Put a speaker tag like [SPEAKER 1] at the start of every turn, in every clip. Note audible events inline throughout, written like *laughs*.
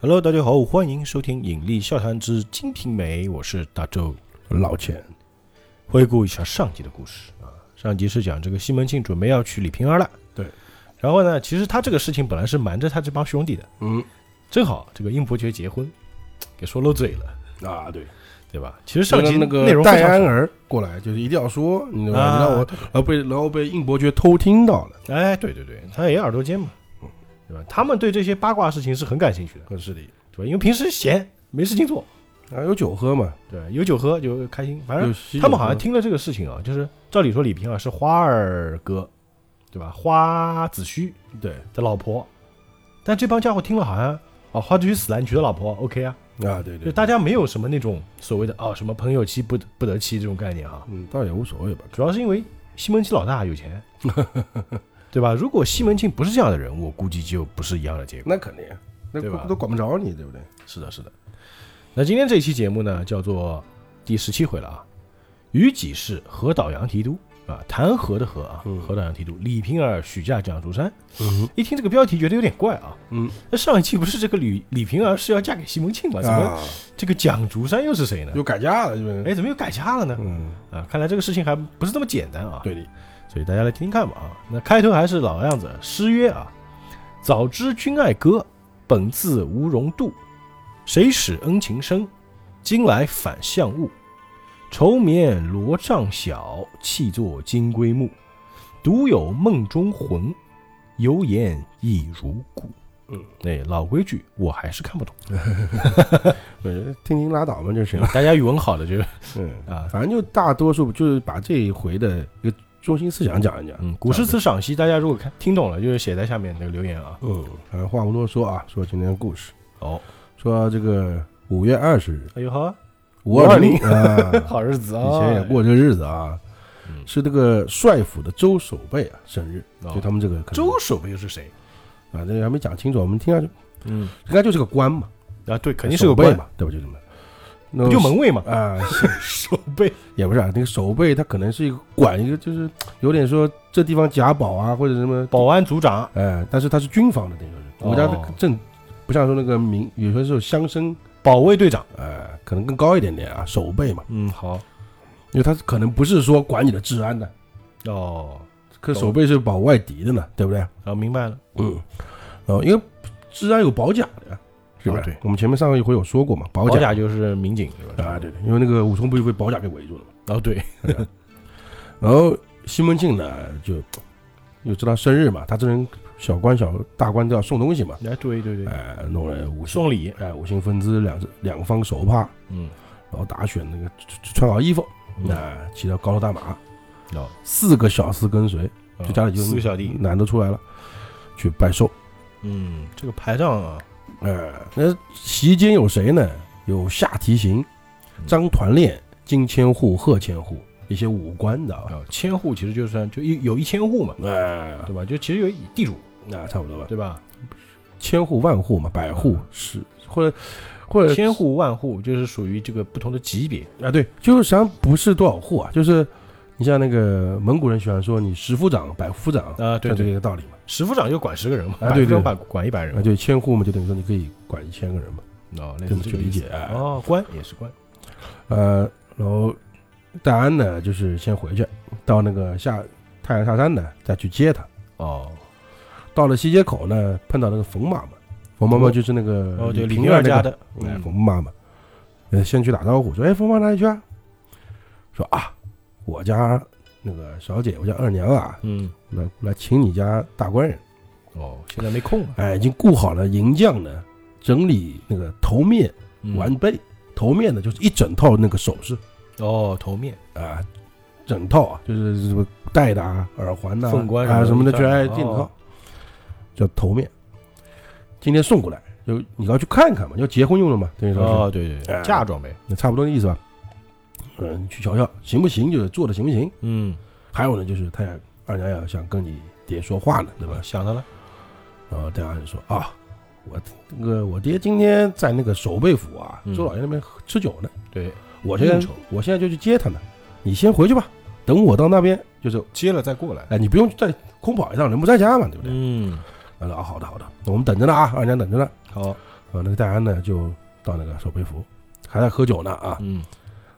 [SPEAKER 1] Hello，大家好，欢迎收听《引力笑谈之金瓶梅》，我是大周老钱。回顾一下上集的故事啊，上集是讲这个西门庆准备要娶李瓶儿了，
[SPEAKER 2] 对。
[SPEAKER 1] 然后呢，其实他这个事情本来是瞒着他这帮兄弟的，
[SPEAKER 2] 嗯
[SPEAKER 1] 正好这个应伯爵结婚，给说漏嘴了，
[SPEAKER 2] 啊，对，
[SPEAKER 1] 对吧？其实上集
[SPEAKER 2] 那个
[SPEAKER 1] 内容非
[SPEAKER 2] 戴
[SPEAKER 1] 常
[SPEAKER 2] 安
[SPEAKER 1] 少
[SPEAKER 2] 儿过来就是一定要说，你知道
[SPEAKER 1] 啊
[SPEAKER 2] 吧？让我然后被然后被应伯爵偷听到了，
[SPEAKER 1] 哎，对对对，他也耳朵尖嘛，对吧？他们对这些八卦事情是很感兴趣的，
[SPEAKER 2] 可是的，
[SPEAKER 1] 对吧？因为平时闲没事情做，
[SPEAKER 2] 然后啊有酒喝嘛，
[SPEAKER 1] 对吧，有酒喝就开心。反
[SPEAKER 2] 有
[SPEAKER 1] 正
[SPEAKER 2] 喜酒
[SPEAKER 1] 哎他们好像
[SPEAKER 2] 喝
[SPEAKER 1] 听了这个事情啊，就是照理说李平啊是花儿哥，对吧？花子虚
[SPEAKER 2] 对
[SPEAKER 1] 的老婆，但这帮家伙听了好像哦，花子虚死了，你娶了老婆，OK 啊？
[SPEAKER 2] 啊，对
[SPEAKER 1] 就
[SPEAKER 2] 对，
[SPEAKER 1] 大家没有什么那种所谓的哦什么朋友妻不得不得妻这种概念啊，
[SPEAKER 2] 嗯，倒也无所谓吧，
[SPEAKER 1] 主要是因为西门庆老大有
[SPEAKER 2] *laughs*
[SPEAKER 1] 钱，对吧？如果西门庆不是这样的人，我估计就不是一样的结果。
[SPEAKER 2] 那肯定，啊那
[SPEAKER 1] 对吧
[SPEAKER 2] 都管不着你，对不对？
[SPEAKER 1] 是的，是的。那今天这一期节目呢，叫做第十七回了啊。于己是何岛阳提督啊，弹劾的劾啊，何岛阳提督。李瓶儿许嫁蒋竹山，
[SPEAKER 2] 嗯
[SPEAKER 1] 一听这个标题觉得有点怪啊。
[SPEAKER 2] 嗯
[SPEAKER 1] 那上一期不是这个李李瓶儿是要嫁给西门庆吗？怎么
[SPEAKER 2] 啊，
[SPEAKER 1] 这个蒋竹山又是谁呢？
[SPEAKER 2] 又改嫁了，就是，
[SPEAKER 1] 哎，怎么又改嫁了呢？
[SPEAKER 2] 嗯，
[SPEAKER 1] 啊，看来这个事情还不是这么简单啊。
[SPEAKER 2] 对的，
[SPEAKER 1] 所以大家来听听看吧啊。那开头还是老样子，诗曰啊：“早知君爱歌，本自无容度。谁使恩情深，今来反相误。愁眠罗帐小，气作金龟木。独有梦中魂，犹言亦如故。”
[SPEAKER 2] 嗯，
[SPEAKER 1] 哎，老规矩，我还是看不懂。
[SPEAKER 2] 对，听听拉倒嘛就
[SPEAKER 1] *laughs*
[SPEAKER 2] 行了，
[SPEAKER 1] 大家语文好的就是
[SPEAKER 2] 嗯，
[SPEAKER 1] 啊，
[SPEAKER 2] 反正就大多数就是把这一回的一个中心思想讲一讲，
[SPEAKER 1] 嗯，古诗词赏析，大家如果看听懂了，就是写在下面那个留言啊。
[SPEAKER 2] 嗯，反正话不多说啊，说今天的故事，
[SPEAKER 1] 哦，
[SPEAKER 2] 说这个五月二十日，
[SPEAKER 1] 哎呦呵，
[SPEAKER 2] 五二零
[SPEAKER 1] 520
[SPEAKER 2] 啊，
[SPEAKER 1] 好日 *laughs* 子啊！
[SPEAKER 2] 以前也过这日子啊
[SPEAKER 1] 嗯，
[SPEAKER 2] 是这个帅府的周守备啊生日，
[SPEAKER 1] 哦
[SPEAKER 2] 就他们这个可能
[SPEAKER 1] 周守备又是谁？
[SPEAKER 2] 啊，这个还没讲清楚，我们听下去，
[SPEAKER 1] 嗯，
[SPEAKER 2] 应该就是个官嘛，
[SPEAKER 1] 啊，对，肯定是有
[SPEAKER 2] 守备
[SPEAKER 1] 关，
[SPEAKER 2] 嘛，对吧？就这么，那
[SPEAKER 1] 不就门
[SPEAKER 2] *laughs*
[SPEAKER 1] 卫嘛？
[SPEAKER 2] 啊，是
[SPEAKER 1] 守备，
[SPEAKER 2] 也不是啊，那个守备他可能是一个管一个，就是有点说这地方贾宝啊或者什么，
[SPEAKER 1] 保安组长，
[SPEAKER 2] 哎，但是他是军方的那个人，国家
[SPEAKER 1] 哦
[SPEAKER 2] 的政不像说那个民，有些时候乡绅，
[SPEAKER 1] 保卫队长。
[SPEAKER 2] 哎，可能更高一点点啊，守备嘛，
[SPEAKER 1] 嗯，好。
[SPEAKER 2] 因为他可能不是说管你的治安的，
[SPEAKER 1] 哦，
[SPEAKER 2] 可守备是保外敌的呢，对不对？
[SPEAKER 1] 啊，明白了。
[SPEAKER 2] 嗯，哦，因为治安有保甲的，是吧？
[SPEAKER 1] 啊对
[SPEAKER 2] 我们前面上一回有说过嘛，保
[SPEAKER 1] 保
[SPEAKER 2] 甲
[SPEAKER 1] 甲就是民警，对吧？
[SPEAKER 2] 啊，对对，因为那个武松不就被保甲给围住了嘛。
[SPEAKER 1] 哦，对，
[SPEAKER 2] 然后西门庆呢，就呃又知道生日嘛，他这人小官小大官都要送东西嘛，
[SPEAKER 1] 哎，对对对，
[SPEAKER 2] 哎，弄了五星，
[SPEAKER 1] 送礼。
[SPEAKER 2] 哎，五星分支两两方手帕，
[SPEAKER 1] 嗯，
[SPEAKER 2] 然后打选那个穿好衣服，
[SPEAKER 1] 嗯
[SPEAKER 2] 那骑着高头大马，
[SPEAKER 1] 哦，
[SPEAKER 2] 四个小厮跟随，
[SPEAKER 1] 啊
[SPEAKER 2] 就家里就
[SPEAKER 1] 四个小弟。
[SPEAKER 2] 男的出来了，去拜寿。
[SPEAKER 1] 嗯，这个排仗啊，
[SPEAKER 2] 哎，那席间有谁呢？有夏提刑、张团练、金千户、贺千户一些武官的啊。
[SPEAKER 1] 啊，千户其实就算就一有一千户嘛，
[SPEAKER 2] 哎，
[SPEAKER 1] 对吧？就其实有一地主，
[SPEAKER 2] 那差不多吧，
[SPEAKER 1] 对吧？
[SPEAKER 2] 千户万户嘛，百户是或者或者
[SPEAKER 1] 千户万户就是属于这个不同的级别。
[SPEAKER 2] 啊，对，就是实际上不是多少户啊，就是你像那个蒙古人喜欢说你十夫长、百夫长，
[SPEAKER 1] 啊，对
[SPEAKER 2] 像这
[SPEAKER 1] 对，
[SPEAKER 2] 个道理嘛。
[SPEAKER 1] 十夫长就管十个人嘛，
[SPEAKER 2] 啊
[SPEAKER 1] 百
[SPEAKER 2] 对
[SPEAKER 1] 夫长
[SPEAKER 2] 对
[SPEAKER 1] 管管一百人
[SPEAKER 2] 啊，
[SPEAKER 1] 嘛。
[SPEAKER 2] 就千户嘛，就等于说你可以管一千个人嘛，
[SPEAKER 1] 哦，类
[SPEAKER 2] 这
[SPEAKER 1] 似
[SPEAKER 2] 么
[SPEAKER 1] 这
[SPEAKER 2] 去
[SPEAKER 1] 个
[SPEAKER 2] 理
[SPEAKER 1] 意思。
[SPEAKER 2] 解。哎
[SPEAKER 1] 哦，官也是官。
[SPEAKER 2] 呃，然后戴安呢，就是先回去，到那个下太阳下山呢，再去接他。
[SPEAKER 1] 哦，
[SPEAKER 2] 到了西街口呢，碰到那个冯妈妈，冯妈妈就是那个
[SPEAKER 1] 哦，对，李
[SPEAKER 2] 瓶
[SPEAKER 1] 瓶儿
[SPEAKER 2] 儿那
[SPEAKER 1] 家
[SPEAKER 2] 个
[SPEAKER 1] 的，
[SPEAKER 2] 哎，冯
[SPEAKER 1] 嗯
[SPEAKER 2] 妈妈，呃，先去打招呼，说：“哎，冯妈哪里去啊？”说：“啊，我家那个小姐，我家二娘啊，
[SPEAKER 1] 嗯，
[SPEAKER 2] 来来请你家大官人，
[SPEAKER 1] 哦，现在没空了，
[SPEAKER 2] 哎，已经雇好了银匠呢，整理那个头面
[SPEAKER 1] 嗯
[SPEAKER 2] 完备，头面呢就是一整套那个首饰
[SPEAKER 1] 哦，头面
[SPEAKER 2] 啊，整套啊，就是什么戴的啊、耳环呐、
[SPEAKER 1] 凤冠
[SPEAKER 2] 啊什么的，
[SPEAKER 1] 什么
[SPEAKER 2] 全
[SPEAKER 1] 的
[SPEAKER 2] 哎
[SPEAKER 1] 哦
[SPEAKER 2] 整套，叫头面。今天送过来，就你要去看看嘛，要结婚用的嘛，等于说是。
[SPEAKER 1] 哦，对对对，
[SPEAKER 2] 哎
[SPEAKER 1] 嫁妆呗，
[SPEAKER 2] 那差不多的意思吧。嗯，你去瞧瞧行不行，就是做的行不行。
[SPEAKER 1] 嗯，
[SPEAKER 2] 还有呢，就是他也二娘要想跟你爹说话呢，对吧？
[SPEAKER 1] 想到了，
[SPEAKER 2] 然后大家就说啊，我那个我爹今天在那个守备府啊
[SPEAKER 1] 嗯，
[SPEAKER 2] 周老爷那边喝吃酒呢，
[SPEAKER 1] 对，
[SPEAKER 2] 我
[SPEAKER 1] 应
[SPEAKER 2] 现在
[SPEAKER 1] 酬
[SPEAKER 2] 我现在就去接他呢，你先回去吧，等我到那边就是，
[SPEAKER 1] 接了再过来，
[SPEAKER 2] 哎，你不用再空跑一趟，人不在家嘛，对不对？
[SPEAKER 1] 嗯，
[SPEAKER 2] 他说啊，好的好的，我们等着呢啊，二娘等着呢。
[SPEAKER 1] 好，
[SPEAKER 2] 啊，那个戴安呢就到那个守备府，还在喝酒呢啊，
[SPEAKER 1] 嗯，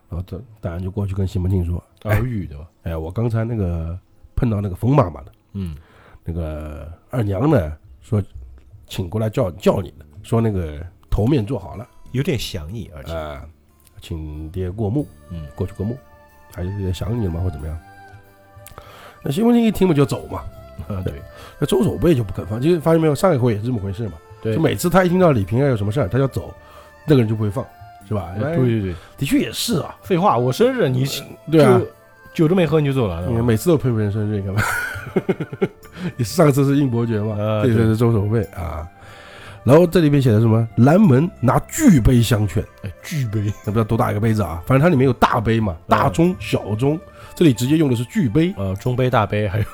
[SPEAKER 2] 然后戴戴安就过去跟西门庆说
[SPEAKER 1] 耳语对吧？：“
[SPEAKER 2] 哎，我刚才那个碰到那个冯妈妈了，
[SPEAKER 1] 嗯
[SPEAKER 2] 那个二娘呢说请过来叫叫你呢，说那个头面做好了。”
[SPEAKER 1] 有点想你，而且
[SPEAKER 2] 啊，请爹过目，
[SPEAKER 1] 嗯，
[SPEAKER 2] 过去过目，还是想你了吗，或怎么样？那西门庆一听嘛就走嘛，
[SPEAKER 1] 啊对
[SPEAKER 2] 那周守备就不肯放，就是发现没有，上一回也是这么回事嘛，
[SPEAKER 1] 对
[SPEAKER 2] 就每次他一听到李瓶儿有什么事儿，他就走，那个人就不会放，是吧？
[SPEAKER 1] 哎
[SPEAKER 2] 哎
[SPEAKER 1] 对对对，
[SPEAKER 2] 的确也是啊，
[SPEAKER 1] 废话，我生日你
[SPEAKER 2] 对啊，
[SPEAKER 1] 酒都没呃喝你就走了，啊
[SPEAKER 2] 因为每次都佩服人生日，你看吧， *laughs* 也是上次是应伯爵嘛，
[SPEAKER 1] 啊
[SPEAKER 2] 这次是周守备啊。然后这里面写的是什么？南门拿巨杯相劝，
[SPEAKER 1] 哎，巨 *laughs* 杯，
[SPEAKER 2] 那不知道多大一个杯子啊，反正它里面有大杯嘛，大中小中，这里直接用的是巨杯，
[SPEAKER 1] 呃，中杯、大杯，还有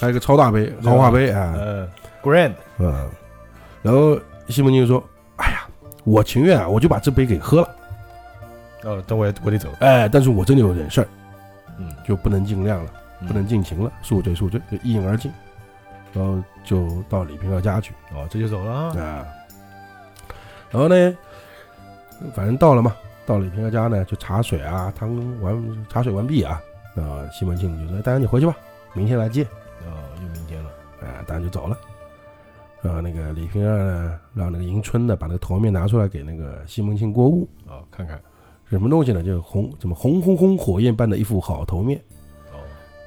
[SPEAKER 2] 还有一个超大杯、豪华杯啊，
[SPEAKER 1] 呃，grand，
[SPEAKER 2] 嗯，然后西门庆就说：“哎呀，我情愿啊，我就把这杯给喝了，
[SPEAKER 1] 哦，等我我得走，
[SPEAKER 2] 哎，但是我真的有点事儿，
[SPEAKER 1] 嗯，
[SPEAKER 2] 就不能尽量了，不能尽情了，恕罪恕罪，就一饮而尽，然后就到李瓶儿家去
[SPEAKER 1] 哦，这就走了
[SPEAKER 2] 啊
[SPEAKER 1] 啊，，
[SPEAKER 2] 然后呢，反正到了嘛，到李瓶儿家呢，就茶水啊，汤完茶水完毕啊，那西门庆就说：‘大家你回去吧，明天来接。’
[SPEAKER 1] 哦，又明天了，
[SPEAKER 2] 啊，当然就走了。然后那个李瓶儿呢，让那个迎春呢把那个头面拿出来给那个西门庆过目，
[SPEAKER 1] 哦，看看，
[SPEAKER 2] 什么东西呢？就是红，怎么红红红火焰般的一副好头面。
[SPEAKER 1] 哦，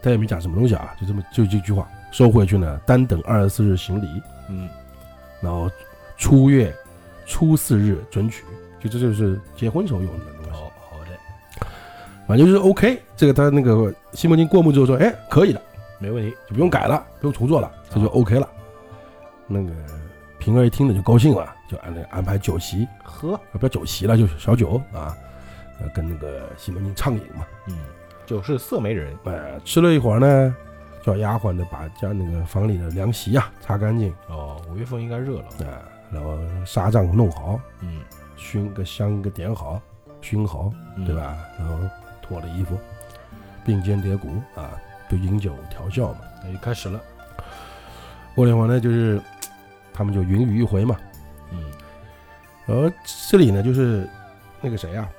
[SPEAKER 2] 他也没讲什么东西啊，就这么就这句话收回去呢，单等二十四日行礼，
[SPEAKER 1] 嗯，
[SPEAKER 2] 然后初月初四日准娶，就这就是结婚时候用的东西。
[SPEAKER 1] 好好的，
[SPEAKER 2] 反正就是 OK，这个他那个西门庆过目之后说，哎，可以的，
[SPEAKER 1] 没问题，
[SPEAKER 2] 就不用改了，不用重做了，这就 OK 了。那个平儿一听呢就高兴了，就安那安排酒席，
[SPEAKER 1] 喝，
[SPEAKER 2] 啊，不要酒席了，就是小酒啊，呃，跟那个西门庆畅饮嘛。
[SPEAKER 1] 嗯，酒是色媒人，
[SPEAKER 2] 呃，吃了一会儿呢，叫丫鬟呢把家那个房里的凉席啊擦干净
[SPEAKER 1] 哦，五月份应该热了，
[SPEAKER 2] 啊、然后纱帐弄好，
[SPEAKER 1] 嗯，
[SPEAKER 2] 熏个香个点好，熏好，
[SPEAKER 1] 嗯
[SPEAKER 2] 对？吧？然后脱了衣服，并肩叠骨啊，就饮酒调笑嘛。
[SPEAKER 1] 那就开始了，
[SPEAKER 2] 过了一会儿呢，就是他们就云雨一回嘛。
[SPEAKER 1] 嗯，
[SPEAKER 2] 然后这里呢，就是那个谁啊，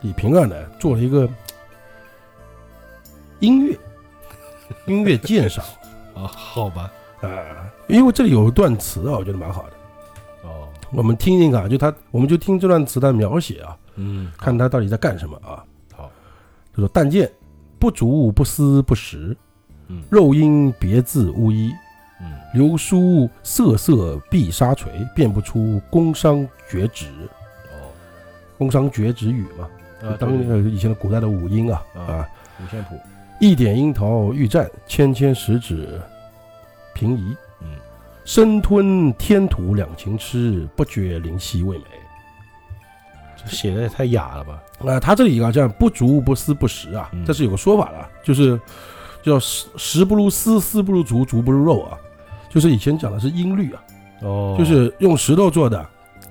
[SPEAKER 2] 李瓶儿呢做了一个音乐 *laughs* 音乐鉴赏 *laughs*
[SPEAKER 1] 啊，好吧，
[SPEAKER 2] 啊、因为这里有一段词啊，我觉得蛮好的，
[SPEAKER 1] 哦，
[SPEAKER 2] 我们听听看啊，就他，我们就听这段词的描写啊，
[SPEAKER 1] 嗯，
[SPEAKER 2] 看他到底在干什么啊。
[SPEAKER 1] 好，
[SPEAKER 2] 他说：“但见不足不思不食，
[SPEAKER 1] 嗯
[SPEAKER 2] 肉因别字无衣，
[SPEAKER 1] 嗯，
[SPEAKER 2] 流苏瑟瑟必沙垂，辨不出工商角徵，
[SPEAKER 1] 哦，
[SPEAKER 2] 工商角徵语嘛。”
[SPEAKER 1] 啊，
[SPEAKER 2] 当
[SPEAKER 1] 对
[SPEAKER 2] 那个以前的古代的五音啊
[SPEAKER 1] 啊
[SPEAKER 2] 啊，
[SPEAKER 1] 五线谱，
[SPEAKER 2] 一点樱桃欲绽，纤纤十指平移。
[SPEAKER 1] 嗯，
[SPEAKER 2] 生吞天土两情痴，不觉灵犀味美。
[SPEAKER 1] 这写的也太雅了吧，
[SPEAKER 2] 啊，他这里啊，这样不足不思不食啊
[SPEAKER 1] 嗯，
[SPEAKER 2] 这是有个说法的啊，就是叫食食不如思，思不如足，足不如肉啊。就是以前讲的是音律啊，
[SPEAKER 1] 哦
[SPEAKER 2] 就是用石头做的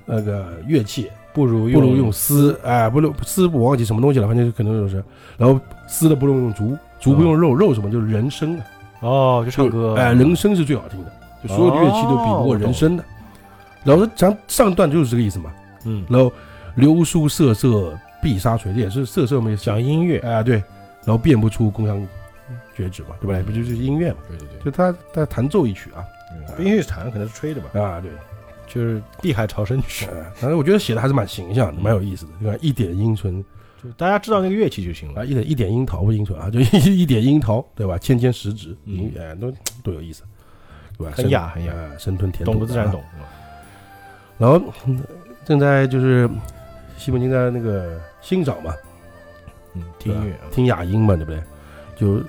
[SPEAKER 2] 那个乐器，
[SPEAKER 1] 不如
[SPEAKER 2] 不如用丝，哎，不如丝我忘记什么东西了，反正可能就是，然后丝的不如用竹，竹
[SPEAKER 1] 啊
[SPEAKER 2] 不用肉，肉什么就是人声啊，
[SPEAKER 1] 哦，就唱歌，
[SPEAKER 2] 哎、人声是最好听的，就所有的乐器都比不过人声
[SPEAKER 1] 哦
[SPEAKER 2] 的。然后咱上段就是这个意思嘛，
[SPEAKER 1] 嗯，
[SPEAKER 2] 然后流苏瑟瑟必沙垂，这也是瑟瑟没
[SPEAKER 1] 讲音乐，
[SPEAKER 2] 哎、对，然后辨不出工商角徵嘛，对
[SPEAKER 1] 嗯
[SPEAKER 2] 吧？不就是音乐嘛？
[SPEAKER 1] 对对对，
[SPEAKER 2] 就他他弹奏一曲啊
[SPEAKER 1] 不音乐弹可能是吹的吧，
[SPEAKER 2] 啊，对，
[SPEAKER 1] 就是《碧海潮生曲 *laughs*
[SPEAKER 2] 呃，反正我觉得写的还是蛮形象的，蛮有意思的，对吧？一点阴唇，’，
[SPEAKER 1] 就大家知道那个乐器就行了。
[SPEAKER 2] 啊，一点一点樱桃不樱唇啊，就一一点樱桃，对吧？纤纤十指，
[SPEAKER 1] 嗯
[SPEAKER 2] 嗯，哎，都都有意思，对吧？
[SPEAKER 1] 很
[SPEAKER 2] 深
[SPEAKER 1] 雅很雅
[SPEAKER 2] 啊深吞甜
[SPEAKER 1] 懂
[SPEAKER 2] 土
[SPEAKER 1] 的自然
[SPEAKER 2] 啊
[SPEAKER 1] 懂，
[SPEAKER 2] 然后嗯正在就是西门庆在那个欣赏嘛，
[SPEAKER 1] 嗯，听音乐啊，
[SPEAKER 2] 听雅音嘛，对不对？就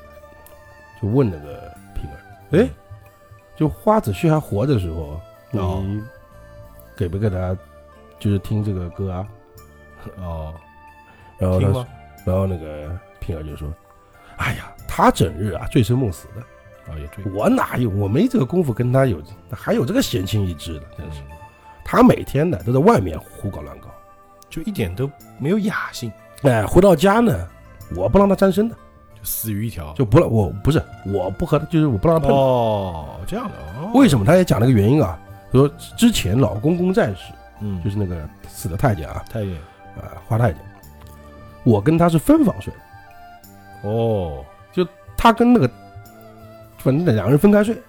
[SPEAKER 2] 就问那个平
[SPEAKER 1] 嗯
[SPEAKER 2] 儿，哎，就花子虚还活着的时候，
[SPEAKER 1] 哦
[SPEAKER 2] 你给没给他就是听这个歌啊？
[SPEAKER 1] 哦，
[SPEAKER 2] 然后
[SPEAKER 1] 听
[SPEAKER 2] 他
[SPEAKER 1] 吗？
[SPEAKER 2] 然后那个平儿就说：“哎呀，他整日啊醉生梦死的，
[SPEAKER 1] 啊，也对，
[SPEAKER 2] 我哪有我没这个功夫跟他有还有这个闲情逸致的，真
[SPEAKER 1] 嗯
[SPEAKER 2] 是他每天呢都在外面胡搞乱搞。”
[SPEAKER 1] 就一点都没有雅兴，
[SPEAKER 2] 哎，回到家呢，我不让他沾身的，
[SPEAKER 1] 就死鱼一条。
[SPEAKER 2] 就不让我不是我不和他，就是我不让他碰。
[SPEAKER 1] 哦，这样的哦，
[SPEAKER 2] 为什么？他也讲了个原因啊，说之前老公公在时，
[SPEAKER 1] 嗯，
[SPEAKER 2] 就是那个死的太监啊，
[SPEAKER 1] 太监
[SPEAKER 2] 啊，花太监。我跟他是分房睡，
[SPEAKER 1] 哦，
[SPEAKER 2] 他跟那个，反正两个人分开睡。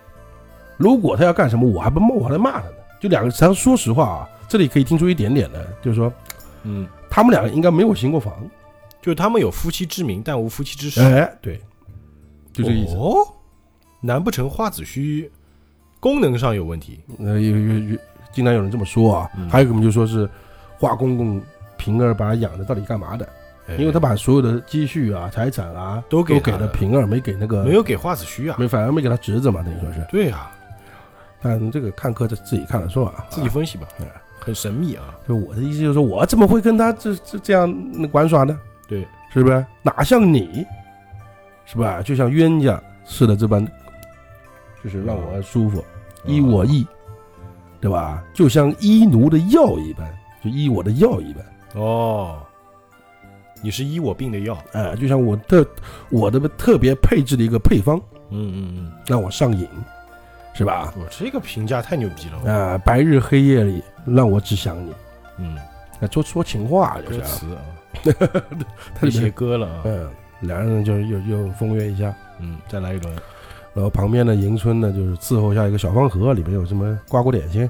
[SPEAKER 2] 如果他要干什么，我还不骂，我还骂他呢。就两个，实际上说实话啊，这里可以听出一点点的，就是说
[SPEAKER 1] 嗯，
[SPEAKER 2] 他们两个应该没有行过房。
[SPEAKER 1] 就是他们有夫妻之名，但无夫妻之实，
[SPEAKER 2] 哎，对，就这个意思。
[SPEAKER 1] 哦，难不成花子虚功能上有问题？
[SPEAKER 2] 呃，有有有，经常有人这么说啊。
[SPEAKER 1] 嗯
[SPEAKER 2] 还有一个我们就说是花公公平儿把他养着，到底干嘛的？因为他
[SPEAKER 1] 哎
[SPEAKER 2] 把所有的积蓄啊、财产啊
[SPEAKER 1] 都给
[SPEAKER 2] 都
[SPEAKER 1] 他
[SPEAKER 2] 给了
[SPEAKER 1] 了
[SPEAKER 2] 平儿，没给那个
[SPEAKER 1] 没有给花子虚啊？
[SPEAKER 2] 没反而没给他侄子嘛，等于说是。
[SPEAKER 1] 对啊，
[SPEAKER 2] 但这个看客自己看了说啊，
[SPEAKER 1] 自己分析吧
[SPEAKER 2] 哎，
[SPEAKER 1] 很神秘啊。
[SPEAKER 2] 就我的意思就是说，我怎么会跟他这这这样玩耍呢？
[SPEAKER 1] 对，
[SPEAKER 2] 是不是？哪像你，是吧？就像冤家似的这般，就是让我舒服，依我意，对吧？就像依奴的药一般，就依我的药一般。
[SPEAKER 1] 哦，你是医我病的药，
[SPEAKER 2] 哎、就像我特我的特别配置的一个配方，
[SPEAKER 1] 嗯嗯
[SPEAKER 2] 让我上瘾，是吧？
[SPEAKER 1] 嗯，我这个评价太牛逼了，
[SPEAKER 2] 啊、白日黑夜里让我只想你。
[SPEAKER 1] 嗯，
[SPEAKER 2] 那说说情话就
[SPEAKER 1] 歌
[SPEAKER 2] 是啊，
[SPEAKER 1] 词啊，
[SPEAKER 2] 他
[SPEAKER 1] 这
[SPEAKER 2] 里
[SPEAKER 1] 些
[SPEAKER 2] 面
[SPEAKER 1] 歌了啊，
[SPEAKER 2] 嗯，两人就又又风月一下，
[SPEAKER 1] 嗯，再来一轮，
[SPEAKER 2] 然后旁边的迎春呢，就是伺候一下一个小方盒，里面有什么瓜果点心、
[SPEAKER 1] 嗯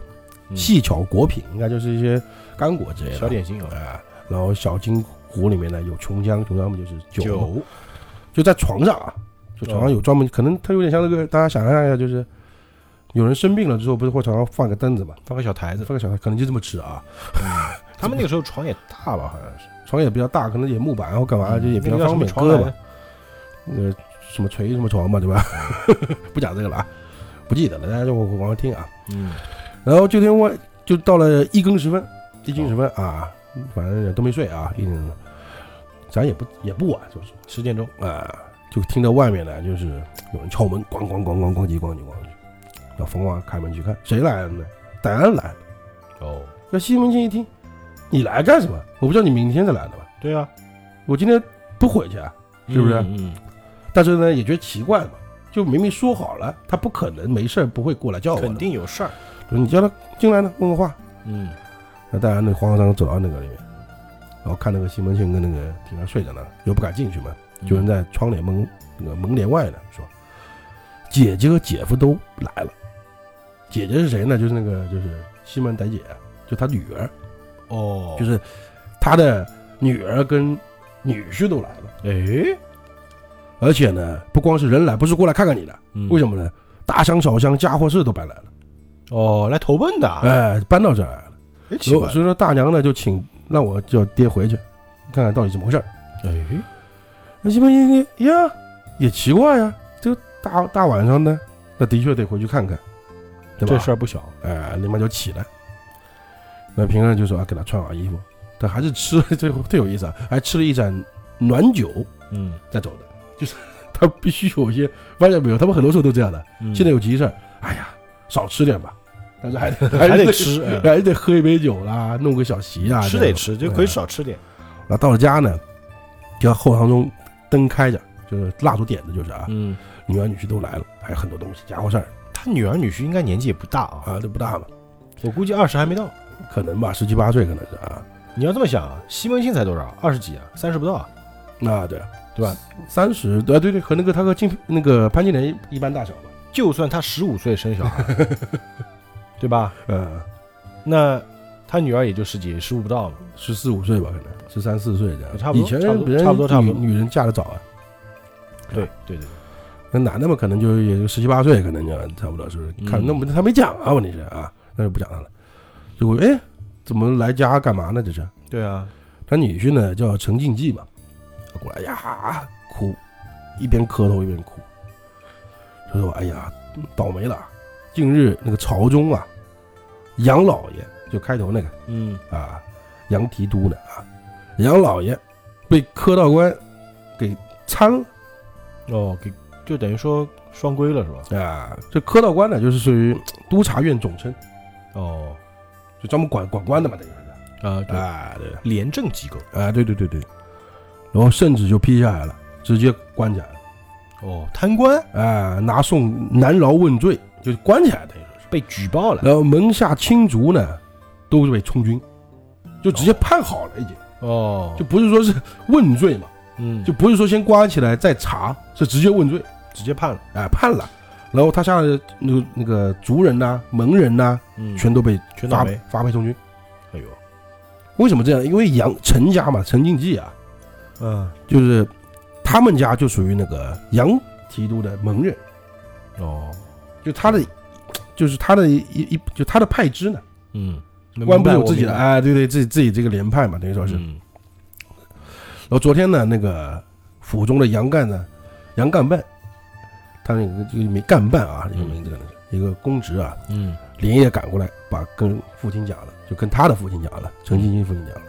[SPEAKER 2] 细巧果品，应该就是一些干果之类的
[SPEAKER 1] 小点心啊，
[SPEAKER 2] 啊。然后小金壶里面呢有琼浆，琼浆不就是酒吗？
[SPEAKER 1] 酒，
[SPEAKER 2] 就在床上啊，就床上有专门，可能它有点像那个，大家想象一下，就是有人生病了之后，不是会床上放个凳子嘛，
[SPEAKER 1] 放个小台子，
[SPEAKER 2] 放个小孩，可能就这么吃啊。
[SPEAKER 1] 他们那个时候床也大啊吧，好像是，
[SPEAKER 2] 床也比较大，可能也木板或干嘛，就也比
[SPEAKER 1] 嗯
[SPEAKER 2] 较
[SPEAKER 1] 那个叫什
[SPEAKER 2] 方
[SPEAKER 1] 么
[SPEAKER 2] 便，
[SPEAKER 1] 床
[SPEAKER 2] 搁
[SPEAKER 1] 来
[SPEAKER 2] 吧。
[SPEAKER 1] 着，
[SPEAKER 2] 呃，什么锤什么床嘛，对吧？ *laughs* 不讲这个了啊，不记得了，大家就往往回听啊。
[SPEAKER 1] 嗯，
[SPEAKER 2] 然后就天我就到了一更十
[SPEAKER 1] 哦
[SPEAKER 2] 分，一更十分啊，反正也都没睡啊，一点，咱也不也不晚，就是
[SPEAKER 1] 十点钟，
[SPEAKER 2] 啊，就听到外面呢，就是有人敲门，咣咣咣咣咣叽咣叽咣叽，那冯王啊开门去看，谁来了呢？戴安来了。
[SPEAKER 1] 哦，
[SPEAKER 2] 那西门庆一听，你来干什么？我不知道你明天再来的吧？
[SPEAKER 1] 对啊，
[SPEAKER 2] 我今天不回去啊。是不是
[SPEAKER 1] 嗯，嗯
[SPEAKER 2] 但是呢，也觉得奇怪嘛，就明明说好了，他不可能没事儿不会过来叫我的
[SPEAKER 1] 肯定有事儿，
[SPEAKER 2] 你叫他进来呢，问个话。
[SPEAKER 1] 嗯，
[SPEAKER 2] 那戴安那慌慌张张走到那个里面，然后看那个西门庆跟那个平儿睡着呢，又不敢进去嘛，
[SPEAKER 1] 嗯
[SPEAKER 2] 有人在窗帘门那个门帘外呢，说：“姐姐和姐夫都来了。”姐姐是谁呢？就是那个就是西门大姐，啊就他女儿，
[SPEAKER 1] 哦，
[SPEAKER 2] 就是他的女儿跟女婿都来了。
[SPEAKER 1] 哎，
[SPEAKER 2] 而且呢，不光是人来，不是过来看看你的，为什
[SPEAKER 1] 么？
[SPEAKER 2] 么呢？大箱小箱家伙事都搬来了，
[SPEAKER 1] 哦，来投奔的啊，
[SPEAKER 2] 哎，搬到这儿来了。
[SPEAKER 1] 哎，奇怪
[SPEAKER 2] 所，以说大娘呢，就请让我叫爹回去，看看到底怎么回事儿。
[SPEAKER 1] 哎，
[SPEAKER 2] 那西门庆一呀，也奇怪
[SPEAKER 1] 啊
[SPEAKER 2] 呀、这大大晚上的，那的确得回去看看，对吧？
[SPEAKER 1] 这事儿不小，
[SPEAKER 2] 哎，立马就起来。那平儿就说、啊、给他穿好衣服，但还是吃了，这特有意思啊，还吃了一盏暖酒
[SPEAKER 1] 嗯，
[SPEAKER 2] 再走的，就是他必须有一些，发现没有，他们很多时候都这样的，
[SPEAKER 1] 嗯
[SPEAKER 2] 现在有急事儿，哎呀，少吃点吧，但是还
[SPEAKER 1] *laughs*
[SPEAKER 2] 得
[SPEAKER 1] 还
[SPEAKER 2] 得
[SPEAKER 1] 得吃，哎
[SPEAKER 2] 还得喝一杯酒啦，弄个小席啊，
[SPEAKER 1] 吃
[SPEAKER 2] 这
[SPEAKER 1] 得
[SPEAKER 2] 样
[SPEAKER 1] 吃，就可以
[SPEAKER 2] 嗯
[SPEAKER 1] 少吃点。
[SPEAKER 2] 然后到了家呢，就要后堂中灯开着，就是蜡烛点着，就是啊，
[SPEAKER 1] 嗯，
[SPEAKER 2] 女儿女婿都来了，还有很多东西，家伙事儿
[SPEAKER 1] 他女儿女婿应该年纪也不大啊，
[SPEAKER 2] 啊，都不大嘛，
[SPEAKER 1] 我估计二十还没到。
[SPEAKER 2] 可能吧，十七八岁可能是啊，
[SPEAKER 1] 你要这么想啊，西门庆才多少？二十几啊，三十不到啊。
[SPEAKER 2] 那对
[SPEAKER 1] 对吧？
[SPEAKER 2] 三十，对对对，和那个他和金那个潘金莲一般大小嘛，
[SPEAKER 1] 就算他十五岁生小孩， *laughs* 对吧？
[SPEAKER 2] 呃，
[SPEAKER 1] 那他女儿也就十几，十五不到嘛。
[SPEAKER 2] 十四五岁吧，可能十三四岁这样，
[SPEAKER 1] 差不多
[SPEAKER 2] 以前
[SPEAKER 1] 差不多
[SPEAKER 2] 别人
[SPEAKER 1] 差不多差不多
[SPEAKER 2] 女女人嫁的早啊，
[SPEAKER 1] 对对对对，
[SPEAKER 2] 那男的嘛，可能就也就十七八岁，可能就差不多，是不是？
[SPEAKER 1] 嗯
[SPEAKER 2] 看那么他没讲啊，问题是啊，那就不讲他了。结果哎，怎么来家干嘛呢？这是
[SPEAKER 1] 对啊，
[SPEAKER 2] 他女婿呢，叫陈静济嘛，过来呀哭，一边磕头一边哭，他说：“哎呀，倒霉了！近日那个朝中啊，杨老爷就开头那个
[SPEAKER 1] 嗯，
[SPEAKER 2] 啊，杨提督呢啊，杨老爷被柯道官给参了。”
[SPEAKER 1] 哦，给就等于说双规了是吧？
[SPEAKER 2] 啊，这科道官呢，就是属于督察院总称，
[SPEAKER 1] 哦，
[SPEAKER 2] 就专门管管官的嘛，等于是。
[SPEAKER 1] 啊，对，
[SPEAKER 2] 啊，对，
[SPEAKER 1] 廉政机构，
[SPEAKER 2] 啊，对对对对。然后圣旨就批下来了，直接关起来了，
[SPEAKER 1] 哦，贪官
[SPEAKER 2] 啊，拿送南牢问罪，就是关起来等于说是。
[SPEAKER 1] 被举报了，
[SPEAKER 2] 然后门下青竹呢，都是被充军，就直接判好了已经，
[SPEAKER 1] 哦，
[SPEAKER 2] 就不是说是问罪嘛，
[SPEAKER 1] 嗯
[SPEAKER 2] 就不是说先关起来再查，是直接问罪，
[SPEAKER 1] 直接判了，
[SPEAKER 2] 哎，判了。然后他下来的那个那个族人呐、蒙人呐、
[SPEAKER 1] 嗯
[SPEAKER 2] 全都被
[SPEAKER 1] 全倒
[SPEAKER 2] 发
[SPEAKER 1] 霉，
[SPEAKER 2] 发配充军。
[SPEAKER 1] 哎呦，
[SPEAKER 2] 为什么这样？因为杨陈家嘛，陈经济啊，
[SPEAKER 1] 嗯，
[SPEAKER 2] 就是他们家就属于那个杨提督的蒙人，
[SPEAKER 1] 哦，
[SPEAKER 2] 就他的，就是他的一一就他的派支呢，
[SPEAKER 1] 嗯，
[SPEAKER 2] 关不住自己的
[SPEAKER 1] 爱，
[SPEAKER 2] 哎，对对，自己自己这个联派嘛，等于说是。
[SPEAKER 1] 嗯
[SPEAKER 2] 然后昨天呢，那个府中的杨干呢，杨干办，他那个这个名干办啊，这个名字可能是一个公职啊，
[SPEAKER 1] 嗯
[SPEAKER 2] 连夜赶过来，把跟父亲讲了，就跟他的父亲讲了，陈经济父亲讲了，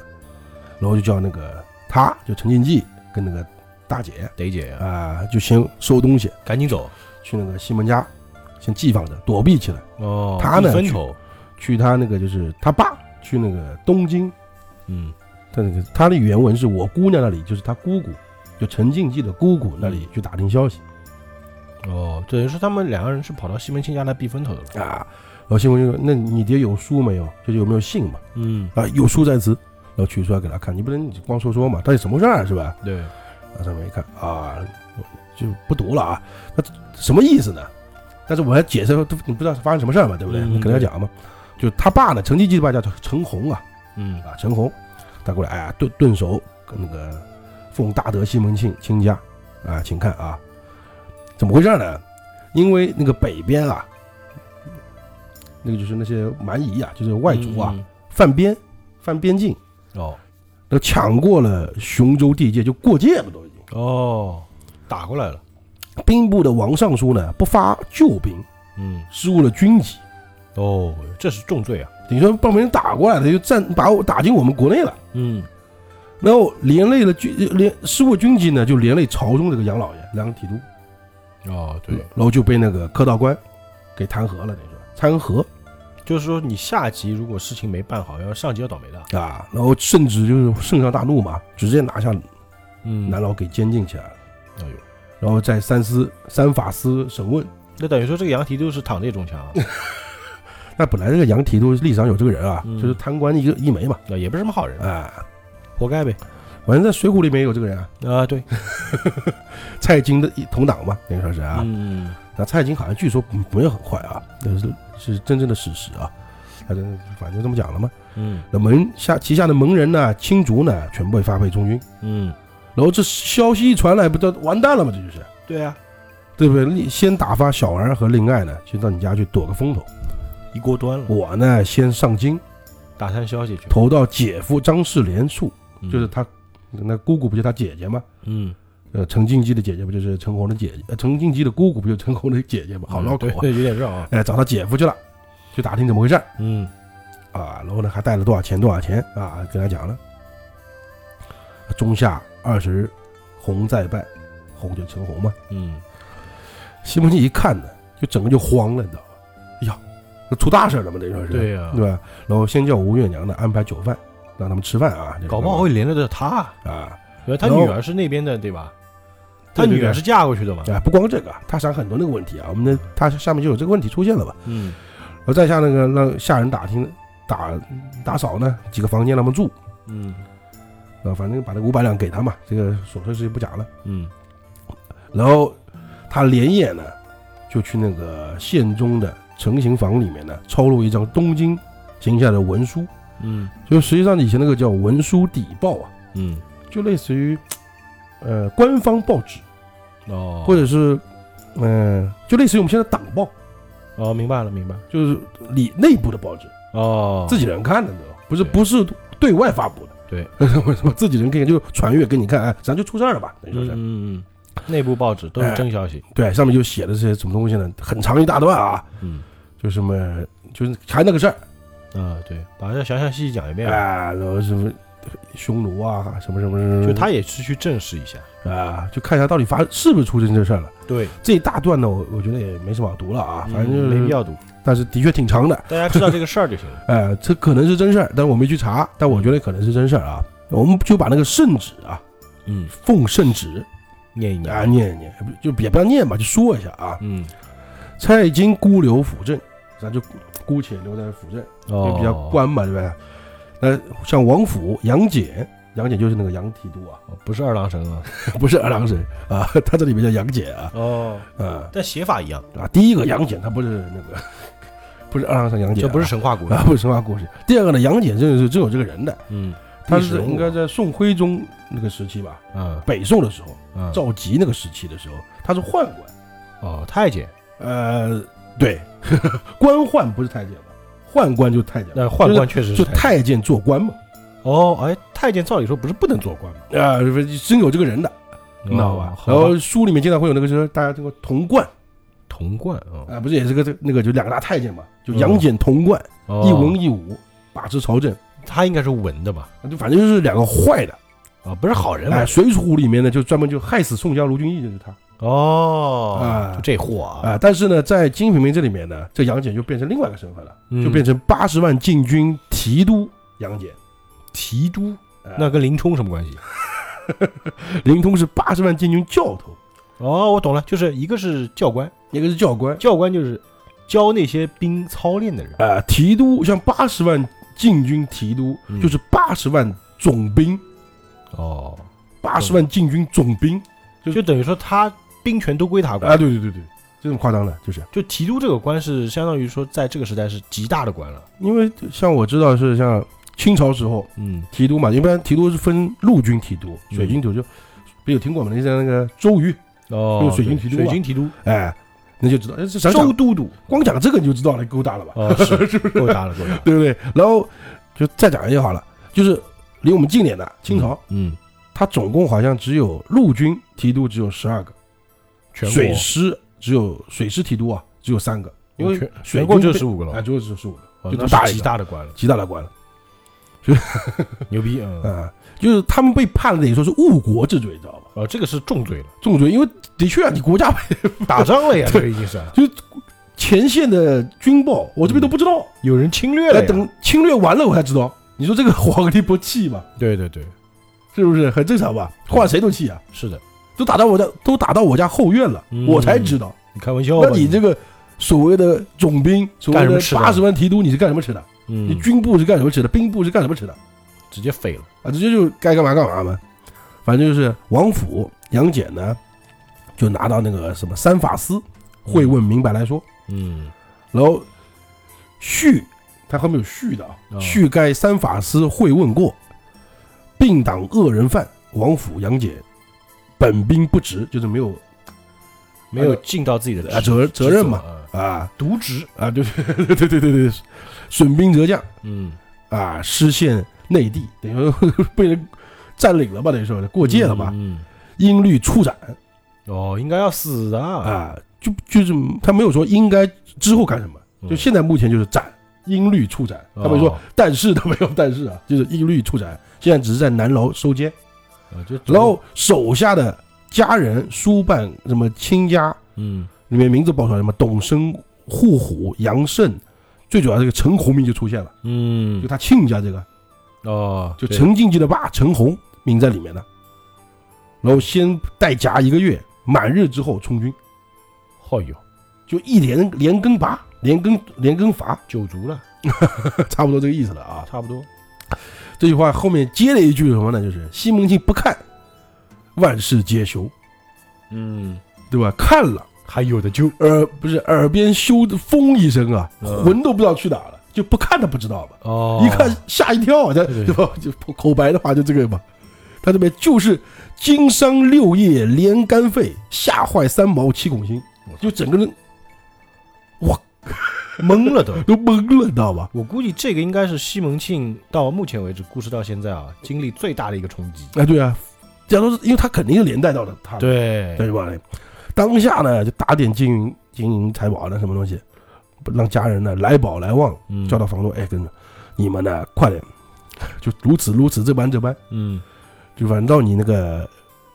[SPEAKER 2] 然后就叫那个他就陈经济跟那个大姐
[SPEAKER 1] 得解，
[SPEAKER 2] 啊、就先收东西
[SPEAKER 1] 赶紧走，
[SPEAKER 2] 去那个西门家，先寄放着，躲避起来，
[SPEAKER 1] 哦，
[SPEAKER 2] 他呢
[SPEAKER 1] 一分
[SPEAKER 2] 去
[SPEAKER 1] 仇，
[SPEAKER 2] 去他那个就是他爸去那个东京，
[SPEAKER 1] 嗯
[SPEAKER 2] 他那个他的原文是我姑娘那里，就是他姑姑，就陈静济的姑姑那里去打听消息
[SPEAKER 1] 哦，等于说他们两个人是跑到西门庆家来避风头的了，
[SPEAKER 2] 啊。然后新闻就说：“那你爹有书没有？就是有没有信嘛？
[SPEAKER 1] 嗯，
[SPEAKER 2] 啊，有书在此。”然后取出来给他看，你不能你光说说嘛，到底什么事儿啊是吧？
[SPEAKER 1] 对，
[SPEAKER 2] 啊，上面一看啊，就不读了啊，那什么意思呢？但是我还解释，都你不知道发生什么事儿嘛，对不对？
[SPEAKER 1] 嗯
[SPEAKER 2] 你跟他讲嘛，就他爸呢，陈经济的爸叫陈红啊，
[SPEAKER 1] 嗯
[SPEAKER 2] 啊，陈红，他过来，哎呀，顿顿首跟那个奉大德西门庆亲家啊，请看啊，怎么回事呢？因为那个北边啊，那个就是那些蛮夷啊，就是外族啊，，
[SPEAKER 1] 嗯
[SPEAKER 2] 犯边犯边境，
[SPEAKER 1] 嗯哦
[SPEAKER 2] 都抢过了雄州地界，就过界了都已经。
[SPEAKER 1] 哦，打过来了，
[SPEAKER 2] 兵部的王尚书呢，不发救兵，
[SPEAKER 1] 嗯，
[SPEAKER 2] 失误了军纪，
[SPEAKER 1] 哦，这是重罪啊，
[SPEAKER 2] 等于说帮别人打过来了，就战把我打进我们国内了。
[SPEAKER 1] 嗯
[SPEAKER 2] 然后连累了军连失误军纪呢，就连累朝中这个杨老爷梁提督，
[SPEAKER 1] 哦对，
[SPEAKER 2] 然后就被那个科道官给弹劾了，等于说参劾
[SPEAKER 1] 就是说你下级如果事情没办好，要上级要倒霉的，
[SPEAKER 2] 啊，然后甚至就是圣上大怒嘛，直接拿下
[SPEAKER 1] 嗯
[SPEAKER 2] 南老给监禁起来了，
[SPEAKER 1] 哎呦，
[SPEAKER 2] 然后在三司三法司审问。
[SPEAKER 1] 那等于说这个杨提督是躺着也中枪 *laughs* 啊，
[SPEAKER 2] 那本来这个杨提督历史上有这个人啊，
[SPEAKER 1] 嗯
[SPEAKER 2] 就是贪官一个一枚嘛，
[SPEAKER 1] 那也不是什么好人，
[SPEAKER 2] 啊，
[SPEAKER 1] 活该呗，
[SPEAKER 2] 反正在《水浒》里面也有这个人啊，
[SPEAKER 1] 啊对，
[SPEAKER 2] 蔡京的一同党嘛，等于说是啊，
[SPEAKER 1] 嗯
[SPEAKER 2] 那蔡京好像据说没有很坏啊，那是是真正的史实啊。反正反正这么讲了嘛。
[SPEAKER 1] 嗯
[SPEAKER 2] 那蒙下旗下的蒙人呢、青族呢，全部被发配充军。
[SPEAKER 1] 嗯，
[SPEAKER 2] 然后这消息一传来，不就完蛋了吗？这就是，
[SPEAKER 1] 对啊，
[SPEAKER 2] 对不对？你先打发小儿和令爱呢，去到你家去躲个风头。
[SPEAKER 1] 一锅端了，
[SPEAKER 2] 我呢，先上京
[SPEAKER 1] 打探消息去，
[SPEAKER 2] 投到姐夫张世莲处，
[SPEAKER 1] 嗯
[SPEAKER 2] 就是他那姑姑不就是他姐姐吗？
[SPEAKER 1] 嗯，
[SPEAKER 2] 呃，陈静姬的姐姐不就是陈红的姐姐？呃陈静姬的姑姑不就是陈红的姐姐吗？好绕口
[SPEAKER 1] 对
[SPEAKER 2] 啊！
[SPEAKER 1] 对，有点绕啊，
[SPEAKER 2] 哎，找他姐夫去了，去打听怎么回事。
[SPEAKER 1] 嗯
[SPEAKER 2] 啊，然后呢还带了多少钱多少钱啊，跟他讲了。中夏二十，红再拜，红就陈红嘛。
[SPEAKER 1] 嗯，
[SPEAKER 2] 西门庆一看呢，就整个就慌了，你知道吧？哎呀，这出大事了嘛，等于说是，
[SPEAKER 1] 对啊呀，
[SPEAKER 2] 对吧？然后先叫吴月娘呢安排酒饭，让他们吃饭啊。这个
[SPEAKER 1] 搞不好会连累到他。
[SPEAKER 2] 啊，
[SPEAKER 1] 对，他
[SPEAKER 2] 然后
[SPEAKER 1] 女儿是那边的，对吧？他
[SPEAKER 2] 对对
[SPEAKER 1] 女儿是嫁过去的嘛？
[SPEAKER 2] 哎，不光这个啊，他想很多那个问题啊，我们的他下面就有这个问题出现了吧？
[SPEAKER 1] 嗯
[SPEAKER 2] 然后再下那个让下人打听打打扫呢几个房间让他们住
[SPEAKER 1] 嗯
[SPEAKER 2] 啊，反正把那五百两给他嘛，这个琐碎事就不讲了。
[SPEAKER 1] 嗯，
[SPEAKER 2] 然后他连夜呢，就去那个县中的成刑房里面呢，抄录一张东京行下的文书，
[SPEAKER 1] 嗯
[SPEAKER 2] 就实际上以前那个叫文书邸报啊，
[SPEAKER 1] 嗯，
[SPEAKER 2] 就类似于，呃，官方报纸，
[SPEAKER 1] 哦，
[SPEAKER 2] 或者是，嗯、就类似于我们现在党报，
[SPEAKER 1] 哦，明白了，明白。
[SPEAKER 2] 就是里内部的报纸，
[SPEAKER 1] 哦，
[SPEAKER 2] 自己人看的，你知道吧？不是
[SPEAKER 1] 对
[SPEAKER 2] 不是对外发布的，
[SPEAKER 1] 对，
[SPEAKER 2] *laughs* 为什么自己人看就传阅给你看？哎，咱就出事儿了吧？等于说
[SPEAKER 1] 嗯
[SPEAKER 2] 是，
[SPEAKER 1] 嗯嗯，内部报纸都是真消息。
[SPEAKER 2] 对，上面就写的这些什么东西呢？很长一大段啊，
[SPEAKER 1] 嗯
[SPEAKER 2] 就什么就是查那个事儿。
[SPEAKER 1] 啊，对，把这详详细细讲一遍。
[SPEAKER 2] 啊，然后什么匈奴啊，什么什么什么，
[SPEAKER 1] 就他也是去证实一下。
[SPEAKER 2] 啊，就看一下到底发是不是出现这事儿了。
[SPEAKER 1] 对，
[SPEAKER 2] 这一大段呢，我我觉得也没什么好读了啊，反正就
[SPEAKER 1] 嗯
[SPEAKER 2] 是
[SPEAKER 1] 没必，要读，
[SPEAKER 2] 但是的确挺长的。
[SPEAKER 1] 大家知道这个事儿就行了。
[SPEAKER 2] 哎，这可能是真事儿，但我没去查，但我觉得可能是真事儿啊。我们就把那个圣旨啊，
[SPEAKER 1] 嗯，哎
[SPEAKER 2] 奉圣旨
[SPEAKER 1] *laughs* 念一
[SPEAKER 2] 啊
[SPEAKER 1] 念。
[SPEAKER 2] 念一念，就也不要念吧，就说一下啊。
[SPEAKER 1] 嗯
[SPEAKER 2] 蔡京孤留辅政，咱就姑姑且留在辅镇，
[SPEAKER 1] 哦，
[SPEAKER 2] 就比较官嘛，对吧？那像王府、杨戬，杨戬就是那个杨提督啊，
[SPEAKER 1] 哦，不是二郎神啊。
[SPEAKER 2] 不是二郎神啊， *laughs* 他这里面叫杨戬啊，
[SPEAKER 1] *laughs* 哦，
[SPEAKER 2] 啊
[SPEAKER 1] 但写法一样，
[SPEAKER 2] 啊，第一个杨戬他不是那个， *laughs* 不是二郎神杨戬啊、
[SPEAKER 1] 这不是神话故事
[SPEAKER 2] 啊，。不是神话故事。第二个呢，杨戬真的是真有这个人的，
[SPEAKER 1] 嗯
[SPEAKER 2] 他
[SPEAKER 1] 历史
[SPEAKER 2] 是
[SPEAKER 1] 人物
[SPEAKER 2] 应该在宋徽宗那个时期吧，
[SPEAKER 1] 嗯
[SPEAKER 2] 啊北宋的时候，
[SPEAKER 1] 嗯，
[SPEAKER 2] 赵佶那个时期的时候，他是宦官，
[SPEAKER 1] 哦，太监，
[SPEAKER 2] 呃，对， *laughs* 官宦不是太监吧？宦官就是太监，
[SPEAKER 1] 那宦官确实
[SPEAKER 2] 就是是太监做官嘛，
[SPEAKER 1] 哦，哎，太监照理说不是不能做官吗？
[SPEAKER 2] 啊、真有这个人的，你知
[SPEAKER 1] 哦
[SPEAKER 2] 道哦吧？然后书里面经常会有那个，就是大家这个童贯
[SPEAKER 1] 童贯啊，
[SPEAKER 2] 啊，不是也是个这那个就两个大太监嘛，就
[SPEAKER 1] 嗯
[SPEAKER 2] 杨戬、童贯，
[SPEAKER 1] 哦
[SPEAKER 2] 一文一武把持朝政，
[SPEAKER 1] 他应该是文的吧？
[SPEAKER 2] 就反正就是两个坏的。
[SPEAKER 1] 啊，不是好人
[SPEAKER 2] 哎，
[SPEAKER 1] 吧
[SPEAKER 2] 《水浒》里面呢，就专门就害死宋江、卢俊义就是他
[SPEAKER 1] 哦
[SPEAKER 2] 啊，
[SPEAKER 1] 就这货啊，
[SPEAKER 2] 啊。但是呢，在《金瓶梅》这里面呢，这杨戬就变成另外一个身份了，
[SPEAKER 1] 嗯
[SPEAKER 2] 就变成八十万禁军提督杨戬。
[SPEAKER 1] 提督，
[SPEAKER 2] 哎
[SPEAKER 1] 那跟林冲什么关系？
[SPEAKER 2] 灵通是八十万禁军教头，
[SPEAKER 1] 哦，我懂了，就是一个是教官，
[SPEAKER 2] 一个是教官
[SPEAKER 1] 教官就是教那些兵操练的人。
[SPEAKER 2] 啊。提督像八十万禁军提督
[SPEAKER 1] 嗯，
[SPEAKER 2] 就是八十万总兵，
[SPEAKER 1] 哦，
[SPEAKER 2] 八十万禁军总兵
[SPEAKER 1] 就哎等于说他兵权都归他
[SPEAKER 2] 啊。
[SPEAKER 1] 管。
[SPEAKER 2] 对对对对，这么夸张的，就是
[SPEAKER 1] 就提督这个官是相当于说在这个时代是极大的官了。
[SPEAKER 2] 因为像我知道是像清朝时候
[SPEAKER 1] 嗯，
[SPEAKER 2] 提督嘛，一般提督是分陆军提督、水军提督，就比如听过我们那些那个周瑜，
[SPEAKER 1] 哦
[SPEAKER 2] 就是水军提督啊
[SPEAKER 1] 水军提督，
[SPEAKER 2] 哎，那就知道，哎这咱
[SPEAKER 1] 周
[SPEAKER 2] 讲
[SPEAKER 1] 都督。
[SPEAKER 2] 光讲这个你就知道了，够大了吧， *laughs*
[SPEAKER 1] 哦， *laughs* 是够大了，够大了。
[SPEAKER 2] 对不对？然后就再讲一下好了，就是离我们近点的清朝，
[SPEAKER 1] 嗯，
[SPEAKER 2] 它总共好像只有陆军提督只有十二个，
[SPEAKER 1] 全国
[SPEAKER 2] 水师只有水师提督啊只有三个，因为
[SPEAKER 1] 全
[SPEAKER 2] 水
[SPEAKER 1] 全国
[SPEAKER 2] 军
[SPEAKER 1] 就
[SPEAKER 2] 被
[SPEAKER 1] 十五个了
[SPEAKER 2] 啊，，就是十五个，
[SPEAKER 1] 哦那
[SPEAKER 2] 就这么大
[SPEAKER 1] 是
[SPEAKER 2] 一
[SPEAKER 1] 极
[SPEAKER 2] 个
[SPEAKER 1] 大的 *laughs* 官了，
[SPEAKER 2] 极大的官了
[SPEAKER 1] 牛逼啊！
[SPEAKER 2] 啊。就是他们被判的，也说是误国之罪，你知道吧？
[SPEAKER 1] 哦，这个是重罪了，
[SPEAKER 2] 重罪，因为的确啊，你国家
[SPEAKER 1] 打仗 *laughs* 了呀，这
[SPEAKER 2] 对
[SPEAKER 1] 个已经是
[SPEAKER 2] 前线的军报，我这边都不知道，
[SPEAKER 1] 有人侵略
[SPEAKER 2] 哎，
[SPEAKER 1] 嗯了呀。
[SPEAKER 2] 等侵略完了我才知道。你说这个皇帝不气吗？
[SPEAKER 1] 对对对，
[SPEAKER 2] 是不是很正常吧？换谁都气啊，
[SPEAKER 1] 是的，
[SPEAKER 2] 都打到我家，都打到我家后院了，
[SPEAKER 1] 嗯
[SPEAKER 2] 我才知道。
[SPEAKER 1] 你开玩笑吧？
[SPEAKER 2] 那你这个所谓的总兵，所谓
[SPEAKER 1] 干什
[SPEAKER 2] 的
[SPEAKER 1] 么吃的
[SPEAKER 2] 八十万提督，你是干什么吃的？你
[SPEAKER 1] 嗯，
[SPEAKER 2] 军部是干什么吃的？兵部是干什么吃的？
[SPEAKER 1] 直接废了。
[SPEAKER 2] 啊，直接就该干嘛干嘛嘛。反正就是王府杨戬呢，就拿到那个什么三法司会问明白来说，
[SPEAKER 1] 嗯，
[SPEAKER 2] 然后续，他后面有续的啊
[SPEAKER 1] 哦，
[SPEAKER 2] 续该三法司会问过，并党恶人犯王府杨戬，本兵不职，就是没有
[SPEAKER 1] 没有尽到自己的
[SPEAKER 2] 啊
[SPEAKER 1] 职
[SPEAKER 2] 责责任嘛，，
[SPEAKER 1] 职责啊
[SPEAKER 2] 啊
[SPEAKER 1] 渎职。
[SPEAKER 2] 啊，对 *laughs* 对对对对对，损兵折将
[SPEAKER 1] 嗯，
[SPEAKER 2] 啊，失陷内地，等于说 *laughs* 被人占领了吧，等于说过界了吧，
[SPEAKER 1] 嗯，
[SPEAKER 2] 应律处斩
[SPEAKER 1] 哦，应该要死的啊。
[SPEAKER 2] 啊，就就是他没有说应该之后干什么，就
[SPEAKER 1] 嗯
[SPEAKER 2] 现在目前就是斩，应律处斩，他们说
[SPEAKER 1] 哦，
[SPEAKER 2] 但是都没有但是啊，就是一律处斩。现在只是在南牢收监，
[SPEAKER 1] 啊就
[SPEAKER 2] 然后手下的家人、书办什么亲家
[SPEAKER 1] 嗯，
[SPEAKER 2] 里面名字报出来，什么董生、护虎、杨慎，最主要这个陈洪名就出现了，就
[SPEAKER 1] 嗯，
[SPEAKER 2] 他亲家这个，
[SPEAKER 1] 哦，
[SPEAKER 2] 就
[SPEAKER 1] 对
[SPEAKER 2] 陈静姬的爸陈洪名在里面的。然后先带夹一个月，满日之后充军，
[SPEAKER 1] 好友
[SPEAKER 2] 就一连连根拔，连根连根伐， *laughs*
[SPEAKER 1] 九族了，
[SPEAKER 2] 差不多这个意思了啊。
[SPEAKER 1] 差不多。
[SPEAKER 2] 这句话后面接了一句什么呢？就是西门庆不看，万事皆休，
[SPEAKER 1] 嗯，
[SPEAKER 2] 对吧？看了
[SPEAKER 1] 还有的救。
[SPEAKER 2] 耳不是耳边咻的风一声啊，
[SPEAKER 1] 嗯
[SPEAKER 2] 魂都不知道去哪了，就不看他不知道吧？
[SPEAKER 1] 哦，
[SPEAKER 2] 一看吓一跳啊，他
[SPEAKER 1] 对对
[SPEAKER 2] 对吧？就 *laughs* 口白的话就这个嘛，他这边就是经商六业连肝肺，吓坏三毛七孔心，就整个人
[SPEAKER 1] 懵了都。
[SPEAKER 2] *laughs* 都懵了，你知道吧？
[SPEAKER 1] 我估计这个应该是西门庆到目前为止故事到现在啊，经历最大的一个冲击。
[SPEAKER 2] 哎，对啊，假如是因为他肯定是连带到的他，
[SPEAKER 1] 对
[SPEAKER 2] 对吧？当下呢，就打点金银金银财宝呢，啊什么东西，让家人呢来宝来旺，
[SPEAKER 1] 嗯
[SPEAKER 2] 叫到房东，哎，跟着你们呢，快点， *laughs* 就如此如此这般这般，
[SPEAKER 1] 嗯
[SPEAKER 2] 就反正到你那个，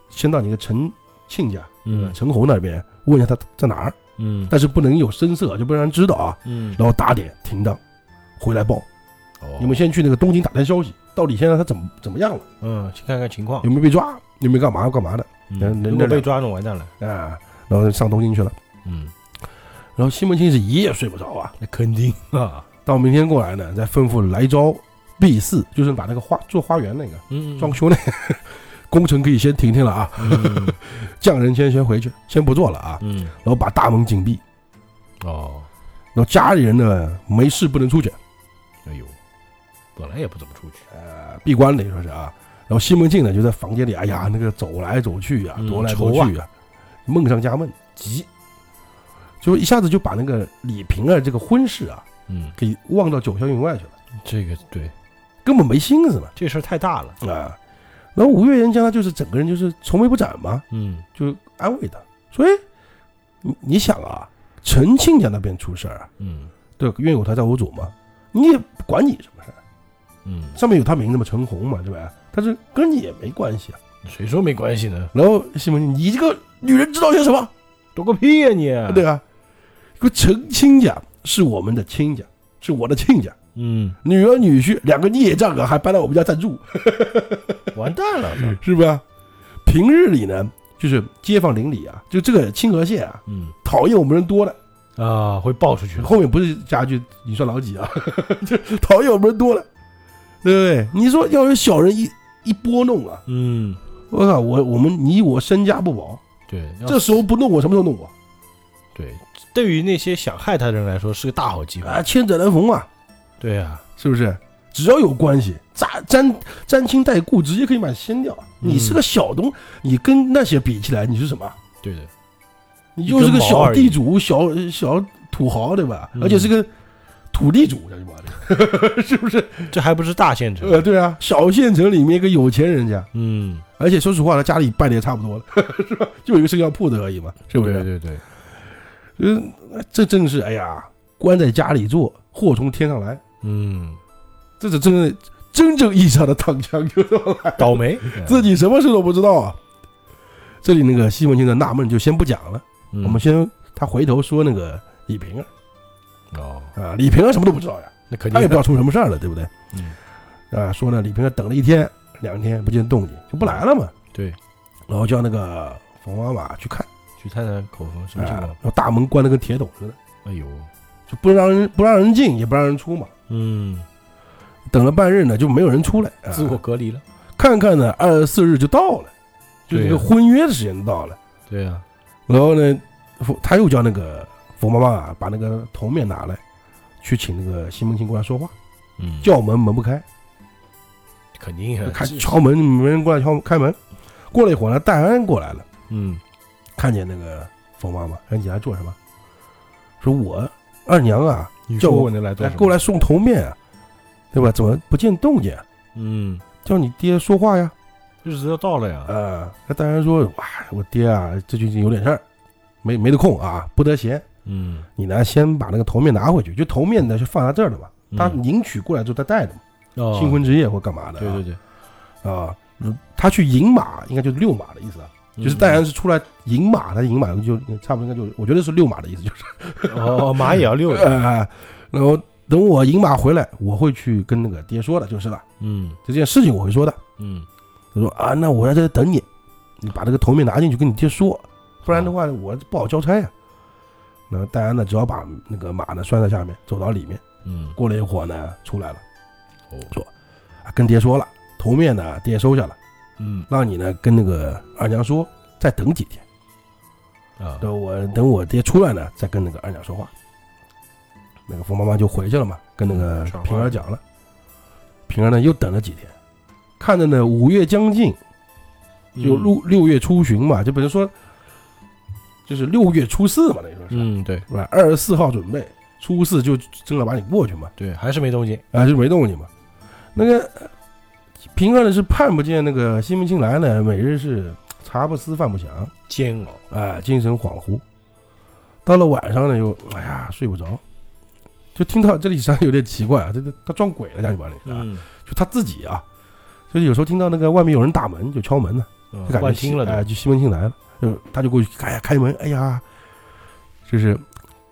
[SPEAKER 2] 先到你那个陈庆家，
[SPEAKER 1] 嗯
[SPEAKER 2] 陈侯那边问一下他在哪儿，
[SPEAKER 1] 嗯
[SPEAKER 2] 但是不能有声色，就不让人知道啊。
[SPEAKER 1] 嗯，
[SPEAKER 2] 然后打点停当，回来报，
[SPEAKER 1] 哦
[SPEAKER 2] 你们先去那个东京打探消息，到底现在他怎么怎么样了，
[SPEAKER 1] 嗯去看看情况
[SPEAKER 2] 有。没有被抓，有没有干嘛干嘛的
[SPEAKER 1] 嗯
[SPEAKER 2] 人人
[SPEAKER 1] 如果
[SPEAKER 2] 人
[SPEAKER 1] 被抓，那完蛋了。
[SPEAKER 2] 啊？然后上东京去了。
[SPEAKER 1] 嗯
[SPEAKER 2] 然后西门庆是一夜睡不着啊，
[SPEAKER 1] 那肯定啊，
[SPEAKER 2] 到明天过来呢，再吩咐来招避四，就是把那个花做花园那个
[SPEAKER 1] 嗯
[SPEAKER 2] 装修那个、 *laughs* 工程可以先停停了啊，
[SPEAKER 1] 嗯
[SPEAKER 2] 匠人先先回去，先不做了啊，
[SPEAKER 1] 嗯，
[SPEAKER 2] 然后把大门紧闭，
[SPEAKER 1] *laughs* 哦，
[SPEAKER 2] 然后家里人呢没事不能出去，
[SPEAKER 1] 哎呦，本来也不怎么出去，
[SPEAKER 2] 呃，闭关等于说是啊。然后西门庆呢就在房间里，哎呀，那个走来走去啊，
[SPEAKER 1] 嗯
[SPEAKER 2] 踱来踱去啊，梦上加梦，
[SPEAKER 1] 急，
[SPEAKER 2] 就一下子就把那个李瓶儿这个婚事啊
[SPEAKER 1] 嗯，
[SPEAKER 2] 给忘到九霄云外去了，
[SPEAKER 1] 这个对，
[SPEAKER 2] 根本没心思嘛
[SPEAKER 1] 这事儿太大了，
[SPEAKER 2] 啊。然后吴月言将他就是整个人就是愁眉不展嘛，
[SPEAKER 1] 嗯
[SPEAKER 2] 就安慰他说：“哎，你你想啊，陈庆家那边出事儿啊，
[SPEAKER 1] 嗯
[SPEAKER 2] 对，冤有头债有主嘛，你也不管你什么事儿，
[SPEAKER 1] 嗯，
[SPEAKER 2] 上面有他名字嘛，陈红嘛，对吧？但是跟你也没关系啊。”
[SPEAKER 1] 谁说没关系呢？
[SPEAKER 2] 然后西门庆，你这个女人知道些什么？
[SPEAKER 1] 躲个屁呀、你！
[SPEAKER 2] 对，啊，说陈亲家是我们的亲家，是我的亲家，
[SPEAKER 1] 嗯，
[SPEAKER 2] 女儿女婿两个孽障啊，还搬到我们家暂住，
[SPEAKER 1] 完蛋了，
[SPEAKER 2] 是不是？平日里呢，就是街坊邻里啊，就这个清河县啊，
[SPEAKER 1] 嗯
[SPEAKER 2] 讨厌我们人多了。
[SPEAKER 1] 啊，会爆出去的，
[SPEAKER 2] 后面不是加一句“你算老几啊”， *laughs* 就讨厌我们人多了，对不对？你说要是小人一一拨弄啊，
[SPEAKER 1] 嗯，
[SPEAKER 2] 我靠，我我们你我身家不保，
[SPEAKER 1] 对，要
[SPEAKER 2] 这时候不弄我，什么时候弄我？
[SPEAKER 1] 对，对于那些想害他的人来说是个大好机会，
[SPEAKER 2] 啊，千载难逢啊！
[SPEAKER 1] 对呀、
[SPEAKER 2] 是不是？只要有关系，沾沾沾亲带故，直接可以把你掀掉。
[SPEAKER 1] 嗯
[SPEAKER 2] 你是个小东，你跟那些比起来，你是什么？
[SPEAKER 1] 对的， *laughs*
[SPEAKER 2] 你就是个
[SPEAKER 1] 一根毛
[SPEAKER 2] 小
[SPEAKER 1] 而已
[SPEAKER 2] 地主、小小土豪，对吧？
[SPEAKER 1] 嗯
[SPEAKER 2] 而且是个土地主，叫什么？是不是？
[SPEAKER 1] 这还不是大县城，
[SPEAKER 2] 呃，对啊，小县城里面一个有钱人家，
[SPEAKER 1] 嗯，
[SPEAKER 2] 而且说实话，他家里办的也差不多了，是吧？就有一个生药铺子而已嘛，是不
[SPEAKER 1] 对
[SPEAKER 2] 是？
[SPEAKER 1] 对对，
[SPEAKER 2] 嗯，这正是哎呀，关在家里做，祸从天上来，
[SPEAKER 1] 嗯，
[SPEAKER 2] 这是真的真正意义上的躺枪就到来了。
[SPEAKER 1] 哎倒霉，
[SPEAKER 2] 自己什么事都不知道啊。这里那个西门庆的纳闷就先不讲了，
[SPEAKER 1] 嗯
[SPEAKER 2] 我们先他回头说那个李瓶儿
[SPEAKER 1] 哦，
[SPEAKER 2] 啊，李瓶儿什么都不知道呀，
[SPEAKER 1] 那肯
[SPEAKER 2] 他
[SPEAKER 1] 定
[SPEAKER 2] 也不知道出什么事儿了，对不对？
[SPEAKER 1] 嗯，
[SPEAKER 2] 啊，说呢李瓶儿等了一天两天不见动静就不来了嘛，
[SPEAKER 1] 对，
[SPEAKER 2] 然后叫那个冯妈妈去看，
[SPEAKER 1] 去探探口风什么情
[SPEAKER 2] 啊
[SPEAKER 1] 况？
[SPEAKER 2] 然后大门关的跟铁桶似的，
[SPEAKER 1] 哎呦，
[SPEAKER 2] 就不让人不让人进也不让人出嘛。
[SPEAKER 1] 嗯，
[SPEAKER 2] 等了半日呢，就没有人出来。啊
[SPEAKER 1] 自我隔离了，
[SPEAKER 2] 看看呢，二十四日就到了，就这
[SPEAKER 1] 对
[SPEAKER 2] 个
[SPEAKER 1] 呀
[SPEAKER 2] 婚约的时间到了。
[SPEAKER 1] 对啊呀，
[SPEAKER 2] 然后呢，冯他又叫那个冯妈妈啊，把那个铜面拿来，去请那个西门庆过来说话。
[SPEAKER 1] 嗯，
[SPEAKER 2] 叫门门不开，
[SPEAKER 1] 肯定啊
[SPEAKER 2] 开
[SPEAKER 1] 这
[SPEAKER 2] 敲门没人过来敲开门。过了一会儿呢，戴安过来了，
[SPEAKER 1] 嗯，
[SPEAKER 2] 看见那个冯妈妈，说你来做什么？说我二娘啊，
[SPEAKER 1] 你
[SPEAKER 2] 叫
[SPEAKER 1] 说
[SPEAKER 2] 我
[SPEAKER 1] 能哎来
[SPEAKER 2] 来过来，送头面啊，对吧？怎么不见动静啊？
[SPEAKER 1] 嗯，
[SPEAKER 2] 叫你爹说话呀。
[SPEAKER 1] 日子要到了呀，
[SPEAKER 2] 呃，那戴安说，哇，我爹啊，这最近有点事儿，没没得空啊，不得闲。
[SPEAKER 1] 嗯，
[SPEAKER 2] 你呢，先把那个头面拿回去，就头面呢就放在这儿了嘛。
[SPEAKER 1] 嗯
[SPEAKER 2] 他迎娶过来之后，他带的嘛，
[SPEAKER 1] 哦
[SPEAKER 2] 新婚之夜或干嘛的、啊，
[SPEAKER 1] 对对对，
[SPEAKER 2] 对啊，嗯他去迎马，应该就是遛马的意思啊，
[SPEAKER 1] 嗯
[SPEAKER 2] 就是戴安是出来迎马，他迎马就差不多应该就，我觉得是遛马的意思，就是，
[SPEAKER 1] 嗯哦，马也要 *laughs* 溜的，
[SPEAKER 2] 呃，然后等我迎马回来，我会去跟那个爹说的，就是了，
[SPEAKER 1] 嗯
[SPEAKER 2] 这件事情我会说的。
[SPEAKER 1] 嗯，
[SPEAKER 2] 他说啊，那我要在这等你，你把这个头面拿进去跟你爹说，不然的
[SPEAKER 1] 哦
[SPEAKER 2] 话我不好交差呀、啊那戴安呢，只好把那个马呢拴在下面，走到里面。
[SPEAKER 1] 嗯，
[SPEAKER 2] 过了一会儿呢，出来了，
[SPEAKER 1] 哦，
[SPEAKER 2] 啊跟爹说了，头面呢爹收下了，
[SPEAKER 1] 嗯
[SPEAKER 2] 让你呢跟那个二娘说，再等几天，
[SPEAKER 1] 啊，
[SPEAKER 2] 等我等我爹出来呢，再跟那个二娘说话。那个冯妈妈就回去了嘛，跟那个
[SPEAKER 1] 嗯传话
[SPEAKER 2] 平儿讲了，平儿呢又等了几天，看着呢五月将近，就
[SPEAKER 1] 嗯，
[SPEAKER 2] 六六月初旬嘛，就比如说，就是六月初四嘛，那时候是
[SPEAKER 1] 嗯，对
[SPEAKER 2] 是吧？二十四号准备，初四就正儿八经过去嘛。
[SPEAKER 1] 对，还是没动静，
[SPEAKER 2] 啊，就没动静嘛。那个呃平儿呢是盼不见那个西门庆来呢，每日是茶不思饭不想，
[SPEAKER 1] 煎熬，
[SPEAKER 2] 啊，精神恍惚。到了晚上呢，又哎呀睡不着，就听到这里实际上有点奇怪啊，这这他撞鬼了家里边里啊，
[SPEAKER 1] 嗯，
[SPEAKER 2] 就他自己啊，就是有时候听到那个外面有人打门，就敲门呢，
[SPEAKER 1] 嗯
[SPEAKER 2] 就感觉
[SPEAKER 1] 幻
[SPEAKER 2] 西
[SPEAKER 1] 听了
[SPEAKER 2] 哎、
[SPEAKER 1] 的，
[SPEAKER 2] 就西门庆来了，就他就过去，哎呀开门，哎呀，就是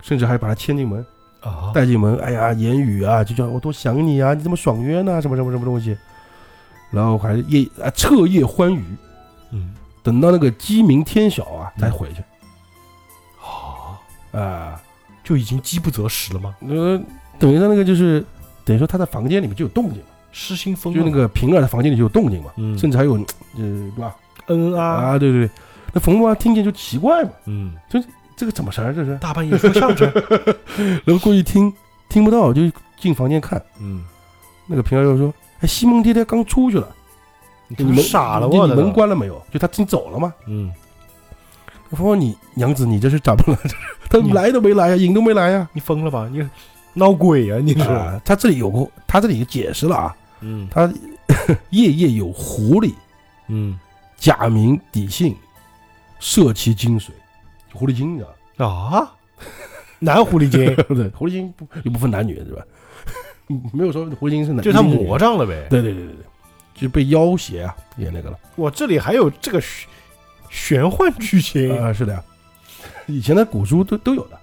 [SPEAKER 2] 甚至还把他牵进门，
[SPEAKER 1] 啊，
[SPEAKER 2] 带进门，哎呀，言语啊，就叫我多想你啊，你怎么爽约呢？什么什么什么东西，然后还夜啊彻夜欢愉，
[SPEAKER 1] 嗯，
[SPEAKER 2] 等到那个鸡鸣天晓啊才回去
[SPEAKER 1] 好，
[SPEAKER 2] 啊，
[SPEAKER 1] 就已经饥不择食了吗？
[SPEAKER 2] 呃，等于他那个就是等于说他在房间里面就有动静嘛，
[SPEAKER 1] 失心疯
[SPEAKER 2] 就
[SPEAKER 1] 了
[SPEAKER 2] 那
[SPEAKER 1] 嘛，
[SPEAKER 2] 个平儿的房间里就有动静嘛，
[SPEAKER 1] 嗯
[SPEAKER 2] 甚至还有呃对吧？
[SPEAKER 1] 恩啊，
[SPEAKER 2] 啊，对对对，那冯诺啊听见就奇怪嘛，
[SPEAKER 1] 嗯，
[SPEAKER 2] 这个怎么事儿这是？
[SPEAKER 1] 大半夜说相 *laughs* 声，
[SPEAKER 2] 然后过去听听不到，就进房间看，
[SPEAKER 1] 嗯，
[SPEAKER 2] 那个平儿又说：“哎，西蒙爹爹刚出去了，
[SPEAKER 1] 你
[SPEAKER 2] 你们
[SPEAKER 1] 傻了
[SPEAKER 2] 你
[SPEAKER 1] 我
[SPEAKER 2] 你
[SPEAKER 1] 的，
[SPEAKER 2] 门关了没有？就他真走了吗？”
[SPEAKER 1] 嗯，
[SPEAKER 2] 他说：“你娘子，你这是咋不来？ *laughs* 他
[SPEAKER 1] 你
[SPEAKER 2] 来都没来呀、影都没来 *laughs* 呀、
[SPEAKER 1] 你疯了吧？你闹鬼啊？你
[SPEAKER 2] 啊！
[SPEAKER 1] 是，
[SPEAKER 2] 他这里有个，他这里解释了啊，
[SPEAKER 1] 嗯
[SPEAKER 2] 他夜夜有狐狸，
[SPEAKER 1] 嗯
[SPEAKER 2] 假名底姓，摄其精髓，狐狸精啊，
[SPEAKER 1] 啊，男狐狸 *laughs* 精，
[SPEAKER 2] *laughs* 对，狐狸精不又不分男女是吧？ *laughs* 没有说狐狸精是男，
[SPEAKER 1] 就是他
[SPEAKER 2] 一定女
[SPEAKER 1] 魔障了呗。
[SPEAKER 2] 对对对对对，就被要挟啊，也那个了。
[SPEAKER 1] 我这里还有这个玄玄幻剧情，
[SPEAKER 2] 啊，是的呀， *laughs* 以前的古书都都有的，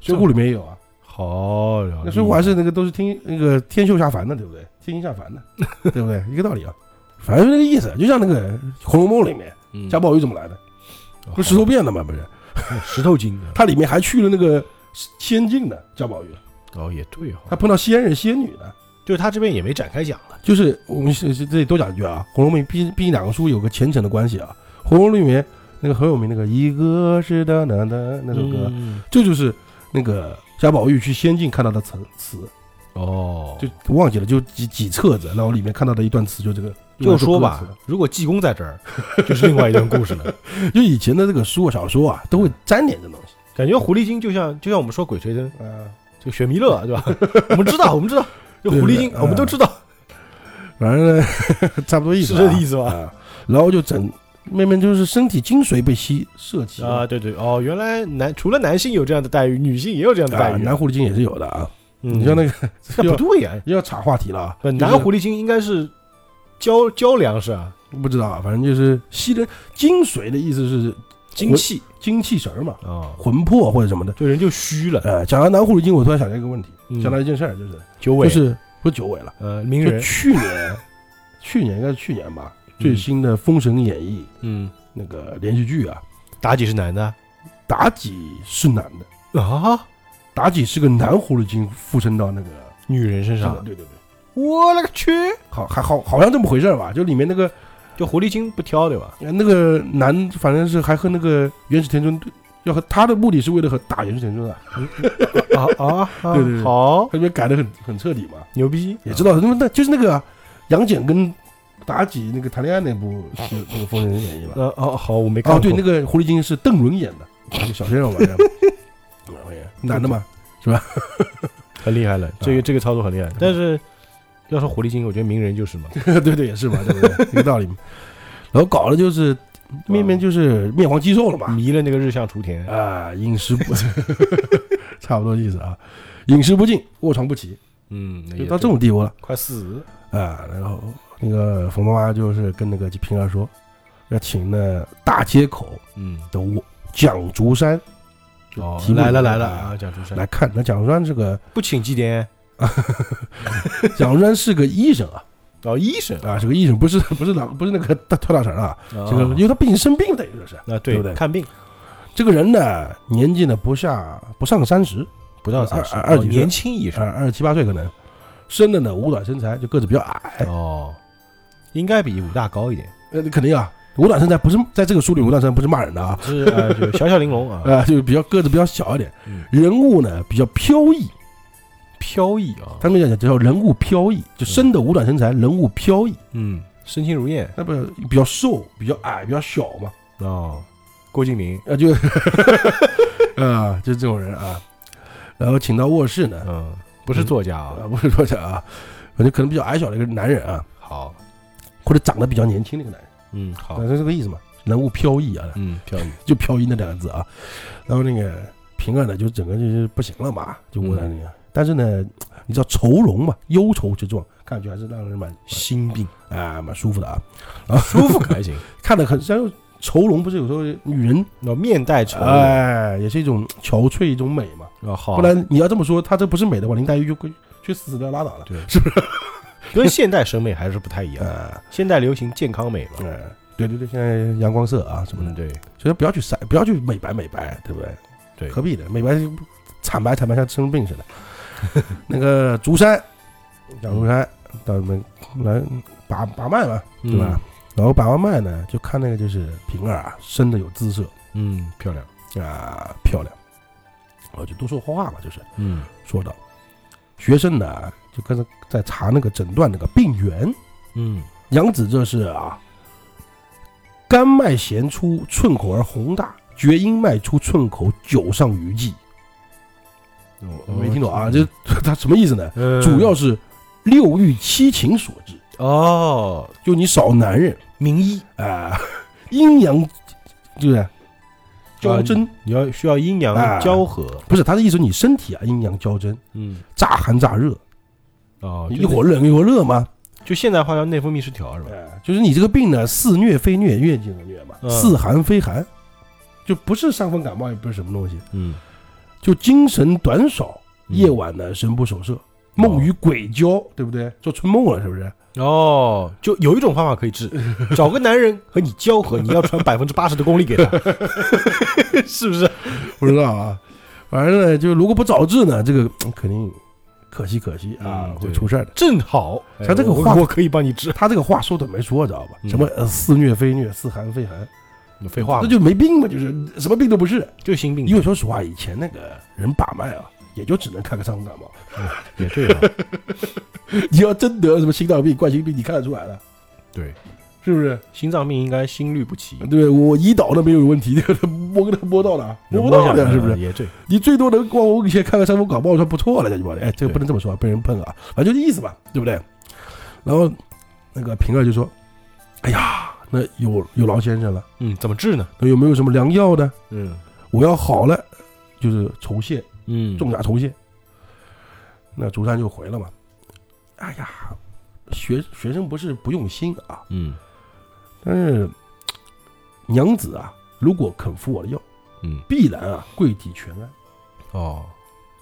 [SPEAKER 2] 水浒里面也有啊。
[SPEAKER 1] 好了
[SPEAKER 2] 那
[SPEAKER 1] 解，
[SPEAKER 2] 水浒还是那个都是听那个天秀下凡的，对不对？天星下凡的，对不对？一个道理啊，反正就那个意思，就像那个《红楼梦》里面
[SPEAKER 1] 嗯
[SPEAKER 2] 贾宝玉怎么来的，不是石头变的嘛，不是？
[SPEAKER 1] *laughs* 石头精啊，
[SPEAKER 2] 它里面还去了那个仙境的贾宝玉，
[SPEAKER 1] 哦也对
[SPEAKER 2] 他
[SPEAKER 1] 哈，
[SPEAKER 2] 碰到仙人仙女的，
[SPEAKER 1] 就是他这边也没展开讲了，
[SPEAKER 2] 就是我们是是这里多讲一句啊，《红楼梦》毕竟毕竟两个书有个前程的关系啊，《红楼梦》里面那个很有名那个一个是的那那那首歌，
[SPEAKER 1] 嗯
[SPEAKER 2] 这就是那个贾宝玉去仙境看到的词词，
[SPEAKER 1] 哦，
[SPEAKER 2] 就忘记了，就几几册子，然后里面看到的一段词，就这个。
[SPEAKER 1] 就是说
[SPEAKER 2] 用来做
[SPEAKER 1] 吧
[SPEAKER 2] 歌，
[SPEAKER 1] 如果济公在这儿， *laughs* 就是另外一段故事 *laughs* 了。
[SPEAKER 2] 词的，就以前的这个书啊、小说啊，都会沾点这东西。
[SPEAKER 1] 感觉狐狸精就像就像我们说鬼吹灯，
[SPEAKER 2] 啊，
[SPEAKER 1] 这个雪弥勒对吧？ *laughs* 我们知道，我们知道，就狐狸精
[SPEAKER 2] 对，对
[SPEAKER 1] 我们都知道，
[SPEAKER 2] 反正呢， *laughs* 差不多意
[SPEAKER 1] 是
[SPEAKER 2] 思、啊，
[SPEAKER 1] 这个意思吧？
[SPEAKER 2] 啊。然后就整，妹妹就是身体精髓被吸摄起
[SPEAKER 1] 啊，对对哦，原来男除了男性有这样的待遇，女性也有这样的
[SPEAKER 2] 啊
[SPEAKER 1] 待，遇。
[SPEAKER 2] 男狐狸精也是有的啊。
[SPEAKER 1] 嗯
[SPEAKER 2] 你像那个
[SPEAKER 1] 那不
[SPEAKER 2] 要
[SPEAKER 1] 对呀，
[SPEAKER 2] 要岔话题了啊，
[SPEAKER 1] 不男狐狸精应该是教教粮食啊，
[SPEAKER 2] 就是不知道啊，反正就是吸的精髓的意思是
[SPEAKER 1] 精气
[SPEAKER 2] 精气神儿嘛，
[SPEAKER 1] 啊，
[SPEAKER 2] 魂魄或者什么的。
[SPEAKER 1] 就人就虚了，
[SPEAKER 2] 呃，讲到男狐狸精，我突然想到一个问题，
[SPEAKER 1] 嗯
[SPEAKER 2] 想到一件事儿，就是
[SPEAKER 1] 九尾
[SPEAKER 2] 就是不是九尾了，
[SPEAKER 1] 呃名
[SPEAKER 2] 就
[SPEAKER 1] 人，
[SPEAKER 2] 去年，去年应该是去年吧，
[SPEAKER 1] 嗯
[SPEAKER 2] 最新的《封神演义》
[SPEAKER 1] 嗯，
[SPEAKER 2] 那个连续剧啊，
[SPEAKER 1] 妲己是男的
[SPEAKER 2] 妲己是男的，
[SPEAKER 1] 啊，
[SPEAKER 2] 妲己是个男狐狸精附身到那个
[SPEAKER 1] 女人身
[SPEAKER 2] 上
[SPEAKER 1] 上
[SPEAKER 2] 的，，对对对，
[SPEAKER 1] 我勒个去！
[SPEAKER 2] 好还好好像这么回事儿吧，就里面那个
[SPEAKER 1] 就狐狸精不挑对吧？
[SPEAKER 2] 呃那个男，反正是还和那个元始天尊对。要和他的目的是为了和打元始天尊啊，
[SPEAKER 1] *laughs* 啊啊， *laughs* 啊
[SPEAKER 2] 对对对
[SPEAKER 1] 好
[SPEAKER 2] 他这边改的很很彻底嘛，
[SPEAKER 1] 牛逼，
[SPEAKER 2] 也知道那么那就是那个啊杨戬跟妲己那个谈恋爱那部是那个《封神演义》吧，
[SPEAKER 1] 呃哦好，我没看
[SPEAKER 2] 哦，
[SPEAKER 1] 过。
[SPEAKER 2] 对，那个狐狸精是邓伦演的，
[SPEAKER 1] *laughs*
[SPEAKER 2] 就小鲜肉嘛，这样 *laughs* 男的嘛，
[SPEAKER 1] 很厉害了，这个这个操作很厉害。但是要说狐狸精，我觉得名人就是嘛。
[SPEAKER 2] 对对也是嘛，对不对？一个道理嘛。然后搞的就是
[SPEAKER 1] 嗯
[SPEAKER 2] 面面就是面黄肌瘦了嘛，
[SPEAKER 1] 迷了那个日向雏田，
[SPEAKER 2] 啊，饮食不， *laughs* 差不多意思啊，饮食不进，卧床不起，
[SPEAKER 1] 嗯，那
[SPEAKER 2] 就
[SPEAKER 1] 也
[SPEAKER 2] 到
[SPEAKER 1] 对
[SPEAKER 2] 这种地步了
[SPEAKER 1] 快四十，
[SPEAKER 2] 啊。然后那个冯妈妈就是跟那个平儿说，要请那大街口
[SPEAKER 1] 嗯，
[SPEAKER 2] 的我蒋竹山
[SPEAKER 1] 哦
[SPEAKER 2] 题，目
[SPEAKER 1] 来了
[SPEAKER 2] 里面
[SPEAKER 1] 来了
[SPEAKER 2] 啊
[SPEAKER 1] 啊，蒋竹山
[SPEAKER 2] 来看。那蒋竹山是个 *laughs*
[SPEAKER 1] 不请祭奠
[SPEAKER 2] 蒋竹山是个医生啊。
[SPEAKER 1] 哦，医生
[SPEAKER 2] 啊，这个医生不是不是狼，不是那个大跳大神啊，这
[SPEAKER 1] 这
[SPEAKER 2] 个因为他毕竟生病了，等于说是
[SPEAKER 1] 啊
[SPEAKER 2] 对不对
[SPEAKER 1] 看病
[SPEAKER 2] 这个人呢，年纪呢不下不上三十，
[SPEAKER 1] 不到三十，
[SPEAKER 2] 二二
[SPEAKER 1] 哦
[SPEAKER 2] 几岁
[SPEAKER 1] 年轻医生
[SPEAKER 2] 二二十七八岁可能，生的呢五短身材，就个子比较矮，
[SPEAKER 1] 哦，应该比武大高一点，
[SPEAKER 2] 呃，肯定啊，五短身材不是在这个书里五短身材不是骂人的啊，
[SPEAKER 1] 是 *laughs* 呃就小小玲珑啊，
[SPEAKER 2] 呃，就是比较个子比较小一点
[SPEAKER 1] 嗯，
[SPEAKER 2] 人物呢比较飘逸，
[SPEAKER 1] 飘逸啊，
[SPEAKER 2] 他们讲叫人物飘逸，就生的五短身材，人物飘逸，
[SPEAKER 1] 嗯，身轻如燕
[SPEAKER 2] 那不比较瘦，比较矮，比较小嘛，
[SPEAKER 1] 哦，郭敬明，
[SPEAKER 2] 啊就， *laughs* 啊就这种人啊，然后请到卧室呢。
[SPEAKER 1] 嗯，不是作家啊，
[SPEAKER 2] 啊， *laughs* 不是说这啊，反正可能比较矮小的一个男人啊，
[SPEAKER 1] 好，
[SPEAKER 2] 或者长得比较年轻的一个男人，
[SPEAKER 1] 嗯好
[SPEAKER 2] 反，正这个意思嘛。人物飘逸啊， *laughs*
[SPEAKER 1] 嗯飘逸，
[SPEAKER 2] 就飘逸那两个字啊。然后那个平儿呢，就整个就是不行了嘛，就窝在那
[SPEAKER 1] 嗯
[SPEAKER 2] 个。但是呢，你知道愁容嘛，忧愁之状，看上去还是让人蛮
[SPEAKER 1] 心病，
[SPEAKER 2] 啊蛮舒服的啊。
[SPEAKER 1] 舒服可还 *laughs* 行，
[SPEAKER 2] 看得很，像愁容不是有时候女人
[SPEAKER 1] 那哦面带愁容，
[SPEAKER 2] 哎，也是一种憔悴一种美嘛。
[SPEAKER 1] 啊好，
[SPEAKER 2] 不然你要这么说，她这不是美的话，林黛玉就会去死掉拉倒了。
[SPEAKER 1] 对，呃是不 *laughs* 是？跟现代审美还是不太一样，
[SPEAKER 2] 啊，
[SPEAKER 1] 现代流行健康美嘛，
[SPEAKER 2] 嗯，对对对，现在阳光色啊什么的
[SPEAKER 1] 嗯，对，
[SPEAKER 2] 所以不要去晒，不要去美白美白，对不对？
[SPEAKER 1] 对
[SPEAKER 2] 何必呢？美白惨白惨白，像生病似的。那个竹山，小竹山到我们来把把脉嘛，
[SPEAKER 1] 嗯
[SPEAKER 2] 对吧？然后把完脉呢，就看那个就是平儿啊，生的有姿色
[SPEAKER 1] 嗯，漂亮，
[SPEAKER 2] 啊，漂亮。我就多说话嘛，就是
[SPEAKER 1] 嗯
[SPEAKER 2] 说到学生呢，就跟着在查那个诊断那个病源。
[SPEAKER 1] 嗯
[SPEAKER 2] 杨子这是啊，肝脉弦出，寸口而宏大，厥阴脉出，寸口久上余悸。
[SPEAKER 1] 嗯
[SPEAKER 2] 我没听懂
[SPEAKER 1] 哦
[SPEAKER 2] 啊，这他什么意思呢？
[SPEAKER 1] 呃
[SPEAKER 2] 主要是六欲七情所致，
[SPEAKER 1] 哦，
[SPEAKER 2] 就你少男人
[SPEAKER 1] 名医，
[SPEAKER 2] 啊、 *laughs* 阴阳就是交争，
[SPEAKER 1] 啊你要需要阴阳
[SPEAKER 2] 哎
[SPEAKER 1] 交合，
[SPEAKER 2] 不是他的意思，你身体啊阴阳交争，
[SPEAKER 1] 嗯，
[SPEAKER 2] 乍寒乍热，
[SPEAKER 1] 哦，
[SPEAKER 2] 你
[SPEAKER 1] 就
[SPEAKER 2] 一会儿冷一会儿热吗？
[SPEAKER 1] 就现代话叫内分泌失调是吧？
[SPEAKER 2] 哎，就是你这个病呢，似疟非疟，疟疾的疟嘛，
[SPEAKER 1] 嗯
[SPEAKER 2] 似寒非寒，就不是伤风感冒，也不是什么东西，
[SPEAKER 1] 嗯，
[SPEAKER 2] 就精神短少，
[SPEAKER 1] 嗯哦
[SPEAKER 2] 夜晚呢神不守舍，梦与鬼交，对不对？做春梦了是不是？
[SPEAKER 1] 哦，就有一种方法可以 *laughs* 治，找个男人和你交合，你要传百分之八十的功力给他， *laughs* 是不是？
[SPEAKER 2] 不知道啊， *laughs* 反正呢，就如果不早治呢，这个嗯肯定可惜可惜啊
[SPEAKER 1] 嗯，
[SPEAKER 2] 会
[SPEAKER 1] 对
[SPEAKER 2] 出事儿的。
[SPEAKER 1] 正好，
[SPEAKER 2] 像这个
[SPEAKER 1] 哎
[SPEAKER 2] 话
[SPEAKER 1] 我我可以帮你治，
[SPEAKER 2] 他这个话说的没说，知道吧？
[SPEAKER 1] 嗯
[SPEAKER 2] 什么呃似疟非疟，似寒非寒，
[SPEAKER 1] 废话
[SPEAKER 2] 那
[SPEAKER 1] 嘛，
[SPEAKER 2] 就没病嘛，就是什么病都不是。
[SPEAKER 1] 就心病
[SPEAKER 2] 因为说实话，以前那个人把脉啊，也就只能看个伤风感冒。
[SPEAKER 1] *laughs* 也对啊，
[SPEAKER 2] *laughs* 你要真得什么心脏病、冠心病，你看得出来的，
[SPEAKER 1] 对，
[SPEAKER 2] 是不是？
[SPEAKER 1] 心脏病应该心律不齐，
[SPEAKER 2] 对我胰岛那没有问题， *laughs* 这个摸跟他摸到了，啊摸不到
[SPEAKER 1] 下
[SPEAKER 2] 的，
[SPEAKER 1] 来
[SPEAKER 2] 是不
[SPEAKER 1] 了
[SPEAKER 2] 是？
[SPEAKER 1] 也对，
[SPEAKER 2] 你最多能光我以前看个伤风感冒算不错了，这鸡巴的。哎，这个
[SPEAKER 1] 对
[SPEAKER 2] 不能这么说，被人喷啊，反正就这意思吧，对不对？然后那个平儿就说：“哎呀，那有有劳先生了，
[SPEAKER 1] 嗯，怎么治呢？
[SPEAKER 2] 那有没有什么良药呢？
[SPEAKER 1] 嗯
[SPEAKER 2] 我要好了，就是酬谢
[SPEAKER 1] 嗯，
[SPEAKER 2] 重打酬谢。那竹山就回了嘛，哎呀，学学生不是不用心啊，
[SPEAKER 1] 嗯
[SPEAKER 2] 但是娘子啊，如果肯服我的药，
[SPEAKER 1] 嗯，
[SPEAKER 2] 必然啊贵体全安。
[SPEAKER 1] 哦，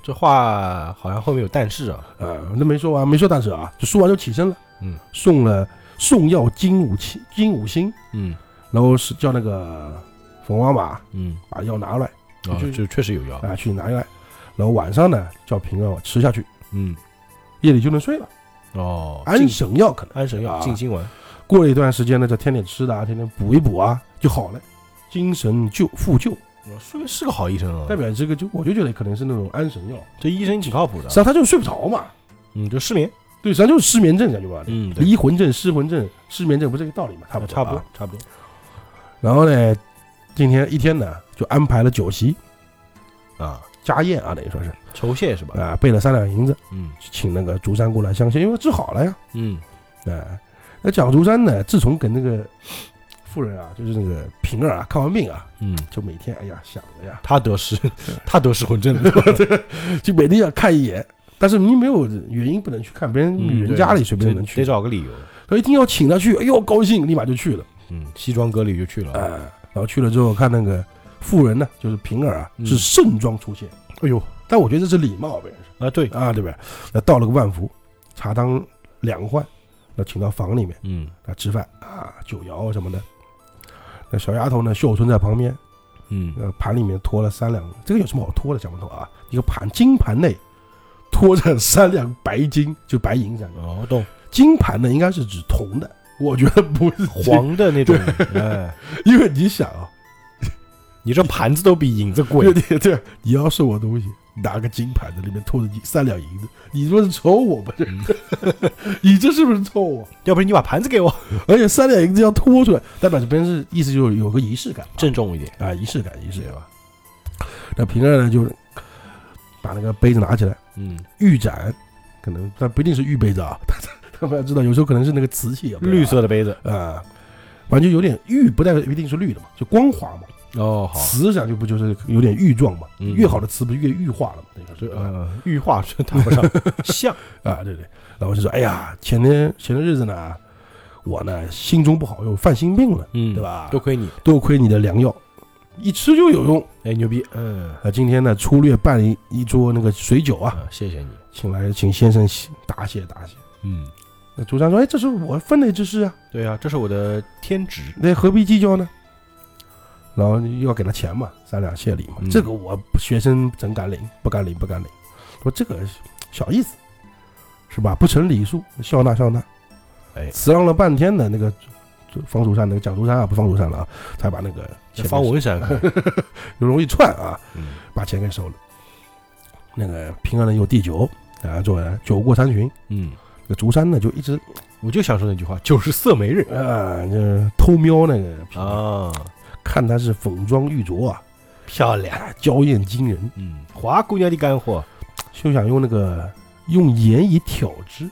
[SPEAKER 1] 这话好像后面有但是啊，
[SPEAKER 2] 啊，那没说完，没说但是啊，就说完就起身了，
[SPEAKER 1] 嗯，
[SPEAKER 2] 送了送药金五星，金五星，
[SPEAKER 1] 嗯
[SPEAKER 2] 然后是叫那个冯妈妈
[SPEAKER 1] 嗯，
[SPEAKER 2] 把药拿来
[SPEAKER 1] 哦
[SPEAKER 2] 就，
[SPEAKER 1] 就确实有药，
[SPEAKER 2] 啊，去拿来，然后晚上呢叫平儿吃下去，
[SPEAKER 1] 嗯，
[SPEAKER 2] 夜里就能睡了，
[SPEAKER 1] 哦，
[SPEAKER 2] 安
[SPEAKER 1] 静
[SPEAKER 2] 神药可能。
[SPEAKER 1] 安神药，
[SPEAKER 2] 啊
[SPEAKER 1] 静心丸，
[SPEAKER 2] 过了一段时间呢，再添点吃的啊，天天补一补啊，就好了，精神就复旧，
[SPEAKER 1] 哦是是个好医生啊，
[SPEAKER 2] 代表这个就我就觉得可能是那种安神药，实
[SPEAKER 1] 这医生挺靠谱的
[SPEAKER 2] 际，上他就是睡不着嘛，
[SPEAKER 1] 嗯，就失眠，
[SPEAKER 2] 对，实际上就是失眠症，讲句不好听，
[SPEAKER 1] 嗯，对
[SPEAKER 2] 离魂症、失魂症、失眠症不是这个道理嘛，差不多
[SPEAKER 1] 差不
[SPEAKER 2] 啊
[SPEAKER 1] 多。差不多，
[SPEAKER 2] 然后呢，今天一天呢就安排了酒席
[SPEAKER 1] 啊，
[SPEAKER 2] 家宴啊，等于说是啊、
[SPEAKER 1] 酬谢是吧？
[SPEAKER 2] 备了三两银子，
[SPEAKER 1] 嗯
[SPEAKER 2] 请那个竹山过来相谢，因为治好了呀。
[SPEAKER 1] 嗯
[SPEAKER 2] 啊、那蒋竹山呢，自从跟那个夫人啊，就是那个平儿啊，看完病啊，
[SPEAKER 1] 嗯，
[SPEAKER 2] 就每天哎呀想着呀，
[SPEAKER 1] 他得
[SPEAKER 2] *laughs*
[SPEAKER 1] 失，他得失魂症了，
[SPEAKER 2] 就每天要看一眼。但是你没有原因不能去看，别
[SPEAKER 1] 嗯
[SPEAKER 2] 人 *laughs* 女人家里随便能去
[SPEAKER 1] 得，找个理由，
[SPEAKER 2] 他一定要请他去，哎呦高兴，立马就去了。
[SPEAKER 1] 嗯，西装革履就去了
[SPEAKER 2] 啊、，然后去了之后看那个妇人呢，就是平儿啊，
[SPEAKER 1] 嗯
[SPEAKER 2] 是盛装出现，
[SPEAKER 1] 哎呦，
[SPEAKER 2] 但我觉得这是礼貌呗。
[SPEAKER 1] 啊对，
[SPEAKER 2] 啊，对吧？那到了个万福，茶汤两换，那请到房里面
[SPEAKER 1] 嗯
[SPEAKER 2] 啊吃饭啊，酒肴什么的。那小丫头呢，秀春在旁边，
[SPEAKER 1] 嗯
[SPEAKER 2] 呃，盘里面托了三两，这个有什么好托的？想不通啊！一个盘金盘内托着三两白金，就白银三两。
[SPEAKER 1] 哦，懂
[SPEAKER 2] 金盘呢，应该是指铜的，我觉得不是金，
[SPEAKER 1] 黄的 *laughs* 那种，哎，
[SPEAKER 2] 因为你想啊，
[SPEAKER 1] 你这盘子都比银子贵
[SPEAKER 2] 对，对对，你要是我东西，拿个金盘子里面托着你三两银子，你说是抽我吧？这，
[SPEAKER 1] 嗯
[SPEAKER 2] *laughs* 你这是不是抽我？
[SPEAKER 1] 要不然你把盘子给我，
[SPEAKER 2] 而且三两银子要拖出来，代表这边是意思就是有个仪式感嘛，
[SPEAKER 1] 郑重一点，
[SPEAKER 2] 啊仪式感仪式感吧。那平儿呢，就是把那个杯子拿起来，
[SPEAKER 1] 嗯，
[SPEAKER 2] 玉盏，可能但不一定是玉杯子啊， *laughs* 他他们要知道，有时候可能是那个瓷器啊，
[SPEAKER 1] 绿色的杯子，
[SPEAKER 2] 啊、反正就有点玉，不代表一定是绿的嘛，就光滑嘛。
[SPEAKER 1] 哦好，
[SPEAKER 2] 瓷讲就不就是有点玉状嘛，
[SPEAKER 1] 嗯
[SPEAKER 2] 越好的瓷不是越玉化了嘛？对
[SPEAKER 1] 这
[SPEAKER 2] 吧？
[SPEAKER 1] 呃，玉化是谈不上， *laughs* 像，
[SPEAKER 2] 啊，对对。然后就说，哎呀，前天前段日子呢，我呢心中不好，又犯心病了，
[SPEAKER 1] 嗯
[SPEAKER 2] 对？吧？
[SPEAKER 1] 多亏你，
[SPEAKER 2] 多亏你的良药，一吃就有用。
[SPEAKER 1] 哎，牛逼，嗯，
[SPEAKER 2] 啊，今天呢，粗略办一一桌那个水酒啊，
[SPEAKER 1] 啊，谢谢你，
[SPEAKER 2] 请来请先生答谢答谢。
[SPEAKER 1] 嗯，
[SPEAKER 2] 那竹山说：“哎，这是我分内之事啊，
[SPEAKER 1] 对啊，这是我的天职，
[SPEAKER 2] 那何必计较呢？”然后又要给他钱嘛，三两谢礼嘛。
[SPEAKER 1] 嗯
[SPEAKER 2] 这个我学生怎敢领？不敢领，不敢领。说这个小意思，是吧？不成礼数，笑纳笑纳。
[SPEAKER 1] 哎
[SPEAKER 2] 辞让了半天的那个方竹山，那个蒋竹山啊，不方竹山了啊，才把那个钱给
[SPEAKER 1] 方文山，
[SPEAKER 2] 就容易串啊，
[SPEAKER 1] 嗯
[SPEAKER 2] 把钱给收了。那个平安人有第九啊，做人酒过三巡。
[SPEAKER 1] 嗯，
[SPEAKER 2] 那竹山呢，就一直
[SPEAKER 1] *laughs* 我就想说那句话，酒是色媒人
[SPEAKER 2] 啊，就偷瞄那个平安
[SPEAKER 1] 啊，
[SPEAKER 2] 看他是粉妆玉琢啊，
[SPEAKER 1] 漂亮，
[SPEAKER 2] 啊娇艳惊人，
[SPEAKER 1] 嗯，华姑娘的干货，
[SPEAKER 2] 就想用那个用言以挑之，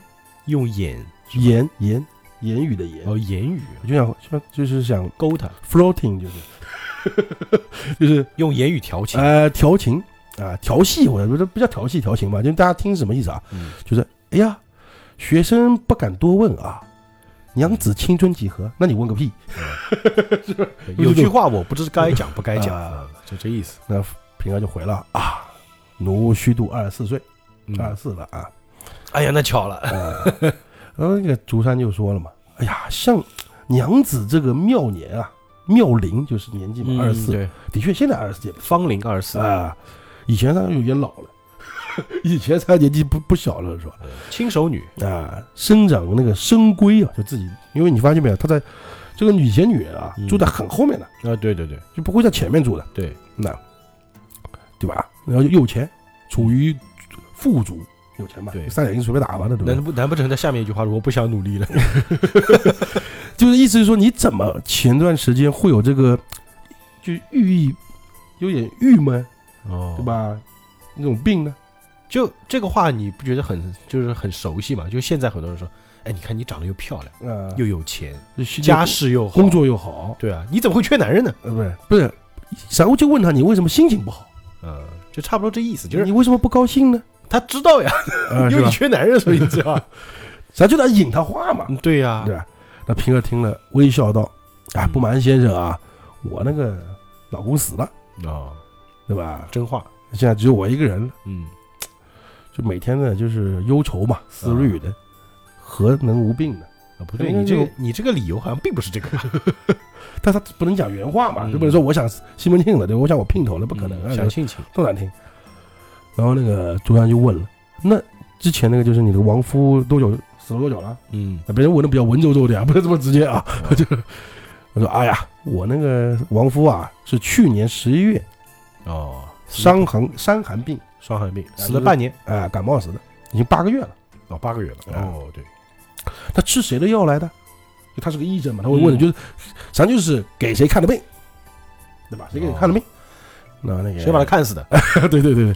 [SPEAKER 1] 用眼
[SPEAKER 2] 言言言语的言，
[SPEAKER 1] 哦言语
[SPEAKER 2] 我就想就就是想
[SPEAKER 1] 勾他，
[SPEAKER 2] floating，就是 *laughs* 就是
[SPEAKER 1] 用言语调情，
[SPEAKER 2] 呃调情啊、调戏，我不是不叫调戏调情吧，就是大家听是什么意思啊？
[SPEAKER 1] 嗯
[SPEAKER 2] 就是哎呀，学生不敢多问啊。娘子青春几何？那你问个屁！
[SPEAKER 1] 有句话我不知该讲不该讲，
[SPEAKER 2] 啊
[SPEAKER 1] 嗯就这意思，
[SPEAKER 2] 那平儿就回了啊，奴虚度二十四岁，二十
[SPEAKER 1] 嗯，
[SPEAKER 2] 四了啊，
[SPEAKER 1] 哎呀，那巧了，
[SPEAKER 2] *laughs* 然后那个竹山就说了嘛，哎呀，像娘子这个妙年啊，妙龄就是年纪嘛，二
[SPEAKER 1] 嗯
[SPEAKER 2] 十四，
[SPEAKER 1] 对，
[SPEAKER 2] 的确现在二十四
[SPEAKER 1] 芳龄二十四，
[SPEAKER 2] 啊，以前她有点老了， *laughs* 以前她年纪不不小了是吧？
[SPEAKER 1] 轻熟女，
[SPEAKER 2] 啊，生长那个深闺啊，就自己，因为你发现没有，她在这个以前女人啊
[SPEAKER 1] 嗯，
[SPEAKER 2] 住在很后面的，
[SPEAKER 1] 啊，对对对
[SPEAKER 2] 就不会在前面住的，
[SPEAKER 1] 对，
[SPEAKER 2] 那对吧？然后就有钱，处于富足，有钱吧？
[SPEAKER 1] 对
[SPEAKER 2] 三两银子随便打吧，那对吧？
[SPEAKER 1] 难不难不成在下面一句话说我不想努力了？
[SPEAKER 2] 就是意思是说，你怎么前段时间会有这个，就寓意有点郁闷，
[SPEAKER 1] 哦
[SPEAKER 2] 对？吧？那种病呢？
[SPEAKER 1] 就这个话，你不觉得很就是很熟悉吗？就现在很多人说，哎，你看你长得又漂亮，
[SPEAKER 2] 啊、
[SPEAKER 1] 又有钱，
[SPEAKER 2] 有
[SPEAKER 1] 家世又好
[SPEAKER 2] 工，作又好，
[SPEAKER 1] 对啊，你怎么会缺男人呢？
[SPEAKER 2] 呃，不是不是，然后就问他你为什么心情不好？
[SPEAKER 1] 嗯，就差不多这意思，就是呃
[SPEAKER 2] 你为什么不高兴呢？
[SPEAKER 1] 他知道呀， *laughs*
[SPEAKER 2] 啊、
[SPEAKER 1] 因
[SPEAKER 2] 是
[SPEAKER 1] 为
[SPEAKER 2] 吧
[SPEAKER 1] 你？缺男人，所以你知道。
[SPEAKER 2] 咱就得引他话嘛，
[SPEAKER 1] 嗯 *laughs* 对呀
[SPEAKER 2] 对，吧？那平儿听了微笑道：“啊，
[SPEAKER 1] 嗯
[SPEAKER 2] 不瞒先生啊，我那个老公死了，
[SPEAKER 1] 哦，
[SPEAKER 2] 对吧？
[SPEAKER 1] 真话，
[SPEAKER 2] 现在只有我一个人了。”
[SPEAKER 1] 嗯，
[SPEAKER 2] 就每天呢就是忧愁嘛、思虑的，何能无病呢？
[SPEAKER 1] 啊不对，
[SPEAKER 2] 应该
[SPEAKER 1] 你这
[SPEAKER 2] 就
[SPEAKER 1] 个你这个理由好像并不是这个吧，
[SPEAKER 2] 但他不能讲原话嘛，
[SPEAKER 1] 嗯
[SPEAKER 2] 就不能说我想西门庆了，对吧，我想我姘头了，不可能
[SPEAKER 1] 嗯
[SPEAKER 2] 啊，
[SPEAKER 1] 想亲亲，
[SPEAKER 2] 多难听。然后那个朱三就问了，那之前那个就是你的亡夫多久死了多久了？
[SPEAKER 1] 嗯，
[SPEAKER 2] 别人问的比较文绉绉的 *laughs* 啊，不能这么直接啊。 *laughs* 就是我说，哎呀，我那个亡夫啊是去年十一月
[SPEAKER 1] 哦，
[SPEAKER 2] 伤寒伤寒病
[SPEAKER 1] 伤寒病，死
[SPEAKER 2] 就
[SPEAKER 1] 了
[SPEAKER 2] 是
[SPEAKER 1] 半年，
[SPEAKER 2] 啊、感冒死的，已经八个月了。
[SPEAKER 1] 哦，八个月了，哦，对，
[SPEAKER 2] 他吃谁的药来的？就他是个医生嘛，他会问的，
[SPEAKER 1] 嗯
[SPEAKER 2] 就是咱就是给谁看的病，对吧？谁给你看的病？那那
[SPEAKER 1] 哦
[SPEAKER 2] 个
[SPEAKER 1] 谁把他看死的？
[SPEAKER 2] 看？对对对对。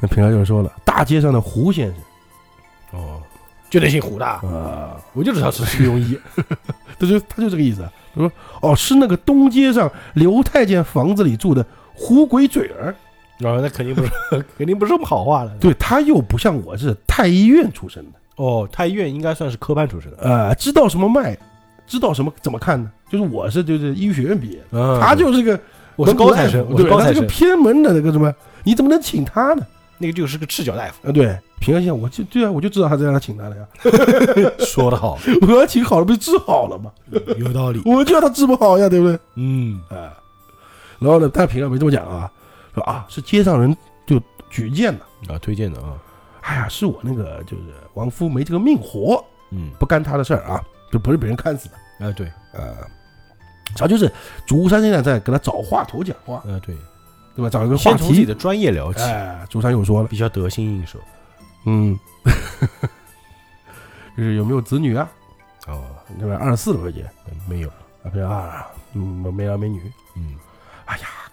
[SPEAKER 2] 那平常就是说了，大街上的胡先生
[SPEAKER 1] 哦， *laughs* 就得姓胡的，
[SPEAKER 2] 啊，
[SPEAKER 1] 我就知道是徐庸医，
[SPEAKER 2] *laughs* 他就他就这个意思。他说哦，是那个东街上刘太监房子里住的胡鬼嘴儿。
[SPEAKER 1] 然哦后那肯定不是， *laughs* 肯定不是什么好话了。
[SPEAKER 2] 对他又不像我是太医院出身的，
[SPEAKER 1] 哦，太医院应该算是科班出身的，
[SPEAKER 2] 呃，知道什么脉，知道什么怎么看呢？就是我是就是医学院毕业的，
[SPEAKER 1] 嗯
[SPEAKER 2] 他就是个
[SPEAKER 1] 我是高材生，我是
[SPEAKER 2] 对，
[SPEAKER 1] 高
[SPEAKER 2] 他
[SPEAKER 1] 材
[SPEAKER 2] 是个
[SPEAKER 1] 生，
[SPEAKER 2] 偏门的那个什么，你怎么能请他呢？
[SPEAKER 1] 那个就是个赤脚大夫，
[SPEAKER 2] 啊，对，平安县，我就对啊，我就知道他在那请他了呀，
[SPEAKER 1] *laughs*
[SPEAKER 2] *laughs*
[SPEAKER 1] 说得好，
[SPEAKER 2] 我要请好了，不是治好了吗？
[SPEAKER 1] *laughs* 有道理。
[SPEAKER 2] 我就要他治不好呀，对不对？
[SPEAKER 1] 嗯，
[SPEAKER 2] 啊，然后呢，但平安没这么讲啊，说啊是街上人就举荐的，
[SPEAKER 1] 啊，推荐的啊，
[SPEAKER 2] 哎呀，是我那个就是亡夫没这个命活，
[SPEAKER 1] 嗯
[SPEAKER 2] 不干他的事儿啊，就不是被人看死的，
[SPEAKER 1] 啊，对，
[SPEAKER 2] 啊。啥就是竹山现在在给他找话头讲话，
[SPEAKER 1] 啊对，
[SPEAKER 2] 对吧？找一个话
[SPEAKER 1] 先从自己
[SPEAKER 2] 题。
[SPEAKER 1] 的专业聊起，
[SPEAKER 2] 哎，竹山又说了，
[SPEAKER 1] 比较得心应手。
[SPEAKER 2] 嗯， *laughs* 就是有没有子女啊？
[SPEAKER 1] 哦，
[SPEAKER 2] 对吧？二十四了吧也，
[SPEAKER 1] 没有，
[SPEAKER 2] 啊，不是啊，嗯，没男没女，
[SPEAKER 1] 嗯，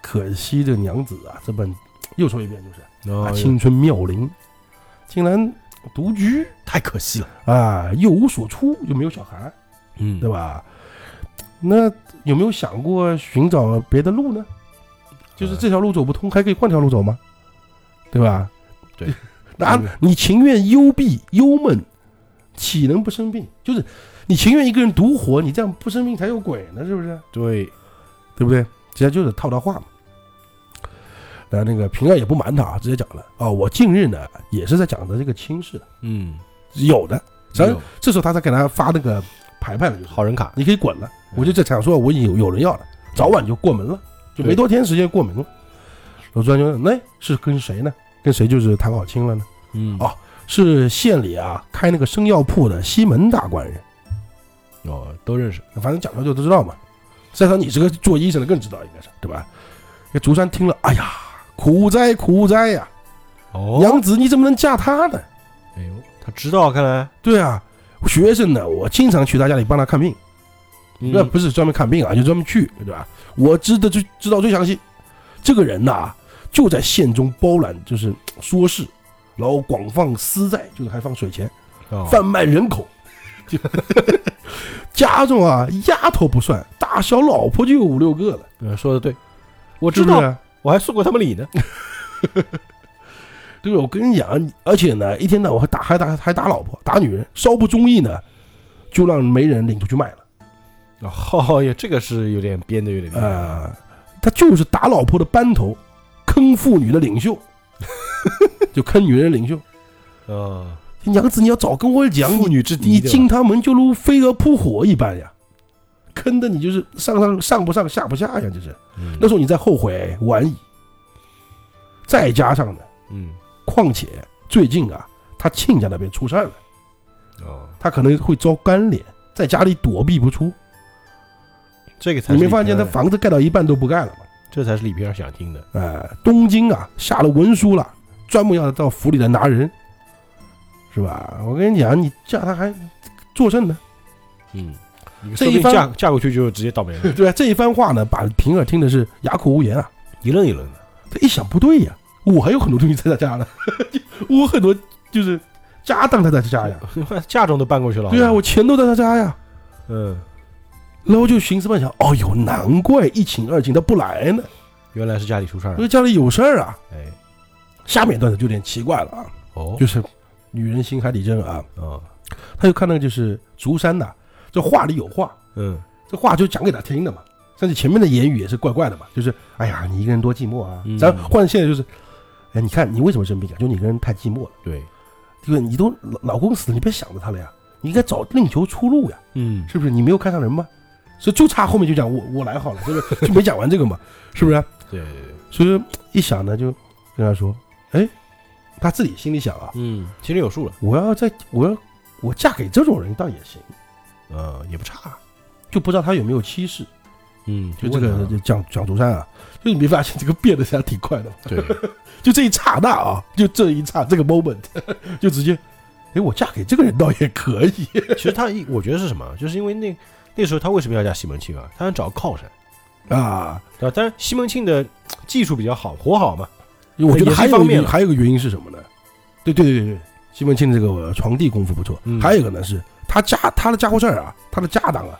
[SPEAKER 2] 可惜这娘子啊，这本又说一遍就是
[SPEAKER 1] 然
[SPEAKER 2] 啊，
[SPEAKER 1] 后
[SPEAKER 2] 青春妙龄，竟然独居
[SPEAKER 1] 太可惜了，
[SPEAKER 2] 啊，又无所出，又没有小孩，
[SPEAKER 1] 嗯
[SPEAKER 2] 对吧？那有没有想过寻找别的路呢？就是这条路走不通，还可以换条路走吗？对吧？
[SPEAKER 1] 对，
[SPEAKER 2] *laughs* 那你情愿幽闭忧闷，岂能不生病？就是你情愿一个人独活，你这样不生病才有鬼呢，是不是？
[SPEAKER 1] 对，
[SPEAKER 2] 对不对？直接就是套他话嘛。那那个平儿也不瞒他啊，直接讲了哦，我近日呢也是在讲的这个亲事，
[SPEAKER 1] 嗯，
[SPEAKER 2] 有的。咱
[SPEAKER 1] 没有
[SPEAKER 2] 这时候他才给他发那个牌牌了，就是
[SPEAKER 1] 嗯好人卡，嗯
[SPEAKER 2] 你可以滚了，我就这想说，我已经有有人要了，早晚就过门了，就
[SPEAKER 1] 对
[SPEAKER 2] 没多天时间过门了。老朱安就问：“那是跟谁呢？跟谁就是谈好亲了呢？
[SPEAKER 1] 嗯
[SPEAKER 2] 哦是县里啊开那个生药铺的西门大官人，
[SPEAKER 1] 哦，都认识，
[SPEAKER 2] 反正讲出来就都知道嘛。再说你这个做医生的更知道，应该是对吧？”这竹山听了，哎呀，苦哉苦哉呀、
[SPEAKER 1] 哦
[SPEAKER 2] 娘子你怎么能嫁他呢？
[SPEAKER 1] 哎呦，他知道，看来，
[SPEAKER 2] 对啊，学生呢，我经常去他家里帮他看病，
[SPEAKER 1] 嗯
[SPEAKER 2] 那、不是专门看病啊，就专门去，对吧？我知道最知道最详细，这个人呐、就在县中包揽，就是说事，然后广放私债，就是还放水钱，
[SPEAKER 1] 哦
[SPEAKER 2] 贩卖人口。 *laughs* 就家中啊，丫头不算，大小老婆就有五六个了，
[SPEAKER 1] 呃说的对，我
[SPEAKER 2] 我
[SPEAKER 1] 知道，我还送过他们礼呢。
[SPEAKER 2] 对我跟你讲，而且呢，一天到晚还打还打还打老婆，打女人，稍不中意呢，就让媒人领出去卖了。
[SPEAKER 1] 哦呀，这个是有点编的，有点厉害
[SPEAKER 2] 呃，他就是打老婆的班头，坑妇女的领袖， *laughs* 就坑女人的领袖。
[SPEAKER 1] 嗯，
[SPEAKER 2] 娘子，你要早跟我讲，
[SPEAKER 1] 妇
[SPEAKER 2] 你
[SPEAKER 1] 女之
[SPEAKER 2] 你
[SPEAKER 1] 敌，对吧
[SPEAKER 2] 进他门就如飞蛾扑火一般呀，坑的你就是上上上不上下不下呀，就是
[SPEAKER 1] 嗯
[SPEAKER 2] 那时候你再后悔晚矣。再加上呢，
[SPEAKER 1] 嗯
[SPEAKER 2] 况且最近啊，他亲家那边出事儿了，
[SPEAKER 1] 哦，
[SPEAKER 2] 他可能会遭干连，在家里躲避不出。
[SPEAKER 1] 这个才
[SPEAKER 2] 你
[SPEAKER 1] 是
[SPEAKER 2] 没
[SPEAKER 1] 李
[SPEAKER 2] 发现
[SPEAKER 1] 平
[SPEAKER 2] 他
[SPEAKER 1] 儿
[SPEAKER 2] 房子盖到一半都不盖了吗？
[SPEAKER 1] 这才是李平儿想听的。
[SPEAKER 2] 呃，东京啊下了文书了，专门要到府里来拿人，是吧？我跟你讲，你嫁他还作甚呢？
[SPEAKER 1] 嗯，你
[SPEAKER 2] 这
[SPEAKER 1] 说不
[SPEAKER 2] 一
[SPEAKER 1] 定
[SPEAKER 2] 番
[SPEAKER 1] 嫁嫁过去就直接倒霉了，
[SPEAKER 2] 对吧？啊这一番话呢，把平儿听的是哑口无言啊。
[SPEAKER 1] 一愣一愣的。
[SPEAKER 2] 他一想，不对呀，我还有很多东西在他家呢， *laughs* 我很多就是家当在他家哎呀，
[SPEAKER 1] *laughs* 嫁妆都搬过去了。
[SPEAKER 2] 对啊，
[SPEAKER 1] 好
[SPEAKER 2] 我钱都在他家呀。
[SPEAKER 1] 像嗯，
[SPEAKER 2] 然后就寻思半晌，哦呦，难怪一请二请他不来呢，
[SPEAKER 1] 原来是家里出事儿
[SPEAKER 2] 因
[SPEAKER 1] 了。
[SPEAKER 2] 为家里有事儿啊。
[SPEAKER 1] 哎，
[SPEAKER 2] 下面一段就有点奇怪了啊，
[SPEAKER 1] 哦，
[SPEAKER 2] 就是女人心海底针啊，
[SPEAKER 1] 哦，
[SPEAKER 2] 他就看那个就是竹山呐、这话里有话，
[SPEAKER 1] 嗯，
[SPEAKER 2] 这话就讲给他听的嘛。甚至前面的言语也是怪怪的嘛，就是哎呀，你一个人多寂寞啊
[SPEAKER 1] 嗯。
[SPEAKER 2] 咱换现在就是，哎，你看你为什么生病啊？就你一个人太寂寞了，
[SPEAKER 1] 对，
[SPEAKER 2] 对不对？你都老老公死了，你别想着他了呀，你应该找另求出路呀，
[SPEAKER 1] 嗯，
[SPEAKER 2] 是不是？你没有看上人吗？所以就差后面就讲我我来好了，就是就没讲完这个嘛，是不是？
[SPEAKER 1] 对对对，
[SPEAKER 2] 所以一想呢，就跟他说，哎，他自己心里想啊，
[SPEAKER 1] 嗯，心里有数了。
[SPEAKER 2] 我要在我要我嫁给这种人倒也行，
[SPEAKER 1] 嗯，也不差。
[SPEAKER 2] 就不知道他有没有妻室。
[SPEAKER 1] 嗯，
[SPEAKER 2] 就这
[SPEAKER 1] 问
[SPEAKER 2] 个
[SPEAKER 1] 他
[SPEAKER 2] 就讲讲竹山啊，就你没发现这个变得实在挺快的吗？
[SPEAKER 1] 对，
[SPEAKER 2] 就这一刹那啊，就这一刹这个 moment，就 *laughs* 直接，哎，我嫁给这个人倒也可以。
[SPEAKER 1] *laughs* 其实他一，我觉得是什么，就是因为那那时候他为什么要嫁西门庆啊？他想找靠山，
[SPEAKER 2] 啊，
[SPEAKER 1] 对吧？但是西门庆的技术比较好，活好嘛。
[SPEAKER 2] 我觉
[SPEAKER 1] 也
[SPEAKER 2] 得
[SPEAKER 1] 是
[SPEAKER 2] 还
[SPEAKER 1] 一
[SPEAKER 2] 有
[SPEAKER 1] 方
[SPEAKER 2] 一
[SPEAKER 1] 面
[SPEAKER 2] 个
[SPEAKER 1] 了
[SPEAKER 2] 还有一个原因是什么呢？对对对对对，西门庆这个呃床地功夫不错，
[SPEAKER 1] 嗯
[SPEAKER 2] 还有一个呢是他家他的家伙事儿啊，他的家当啊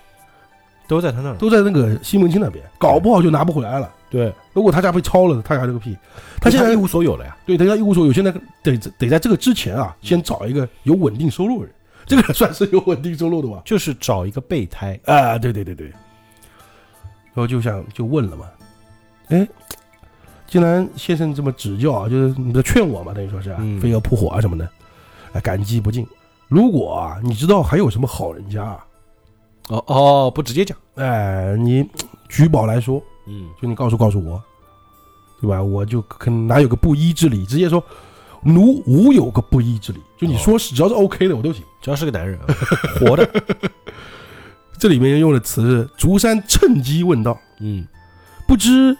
[SPEAKER 1] 都在他那儿。
[SPEAKER 2] 都在那个西门庆那边，搞不好就拿不回来了。
[SPEAKER 1] 对，
[SPEAKER 2] 如果他家被抄了，他还有个屁！他现在
[SPEAKER 1] 一无所有了呀。
[SPEAKER 2] 对，他家一无所有，现在得得在这个之前啊，先找一个有稳定收入的人，这个算是有稳定收入的吧？
[SPEAKER 1] 就是找一个备胎，
[SPEAKER 2] 啊，对对对对。然后就想就问了嘛，哎，既然先生这么指教啊，就是你在劝我嘛，等于说是、啊
[SPEAKER 1] 嗯
[SPEAKER 2] 飞蛾扑火啊什么的，哎，感激不尽。如果啊，你知道还有什么好人家、啊，
[SPEAKER 1] 哦哦，不直接讲，
[SPEAKER 2] 哎，你举宝来说，
[SPEAKER 1] 嗯，
[SPEAKER 2] 就你告诉告诉我，对吧？我就可能哪有个不依之理，直接说奴无有个不依之理，就你说是只要是 OK 的我都行。
[SPEAKER 1] 只要是个男人啊，活
[SPEAKER 2] *laughs*
[SPEAKER 1] 的，
[SPEAKER 2] 这里面用的词是竹山趁机问道，
[SPEAKER 1] 嗯，
[SPEAKER 2] 不知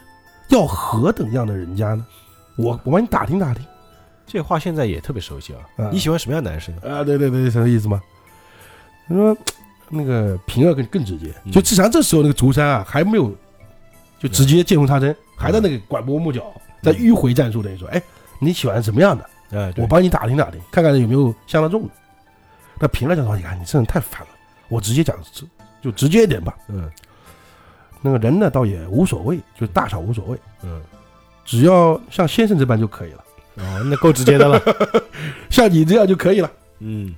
[SPEAKER 2] 要何等样的人家呢？我我帮你打听打听
[SPEAKER 1] 这话现在也特别熟悉啊。
[SPEAKER 2] 嗯
[SPEAKER 1] 你喜欢什么样的男生啊？
[SPEAKER 2] 啊！对对对，什么意思吗？他说那个平儿更更直接，
[SPEAKER 1] 嗯
[SPEAKER 2] 就至少这时候那个竹山啊还没有就直接见缝插针，还在那个拐弯抹角，在迂回战术等于说，哎，你喜欢什么样的？
[SPEAKER 1] 哎，对
[SPEAKER 2] 我帮你打听打听，看看有没有相当重的。那平儿讲说，你看你这人太烦了，我直接讲，就直接一点吧。
[SPEAKER 1] 嗯
[SPEAKER 2] 那个人呢倒也无所谓，就是大小无所谓，
[SPEAKER 1] 嗯，
[SPEAKER 2] 只要像先生这般就可以了，
[SPEAKER 1] 哦，那够直接的了。
[SPEAKER 2] *laughs* 像你这样就可以了。
[SPEAKER 1] 嗯，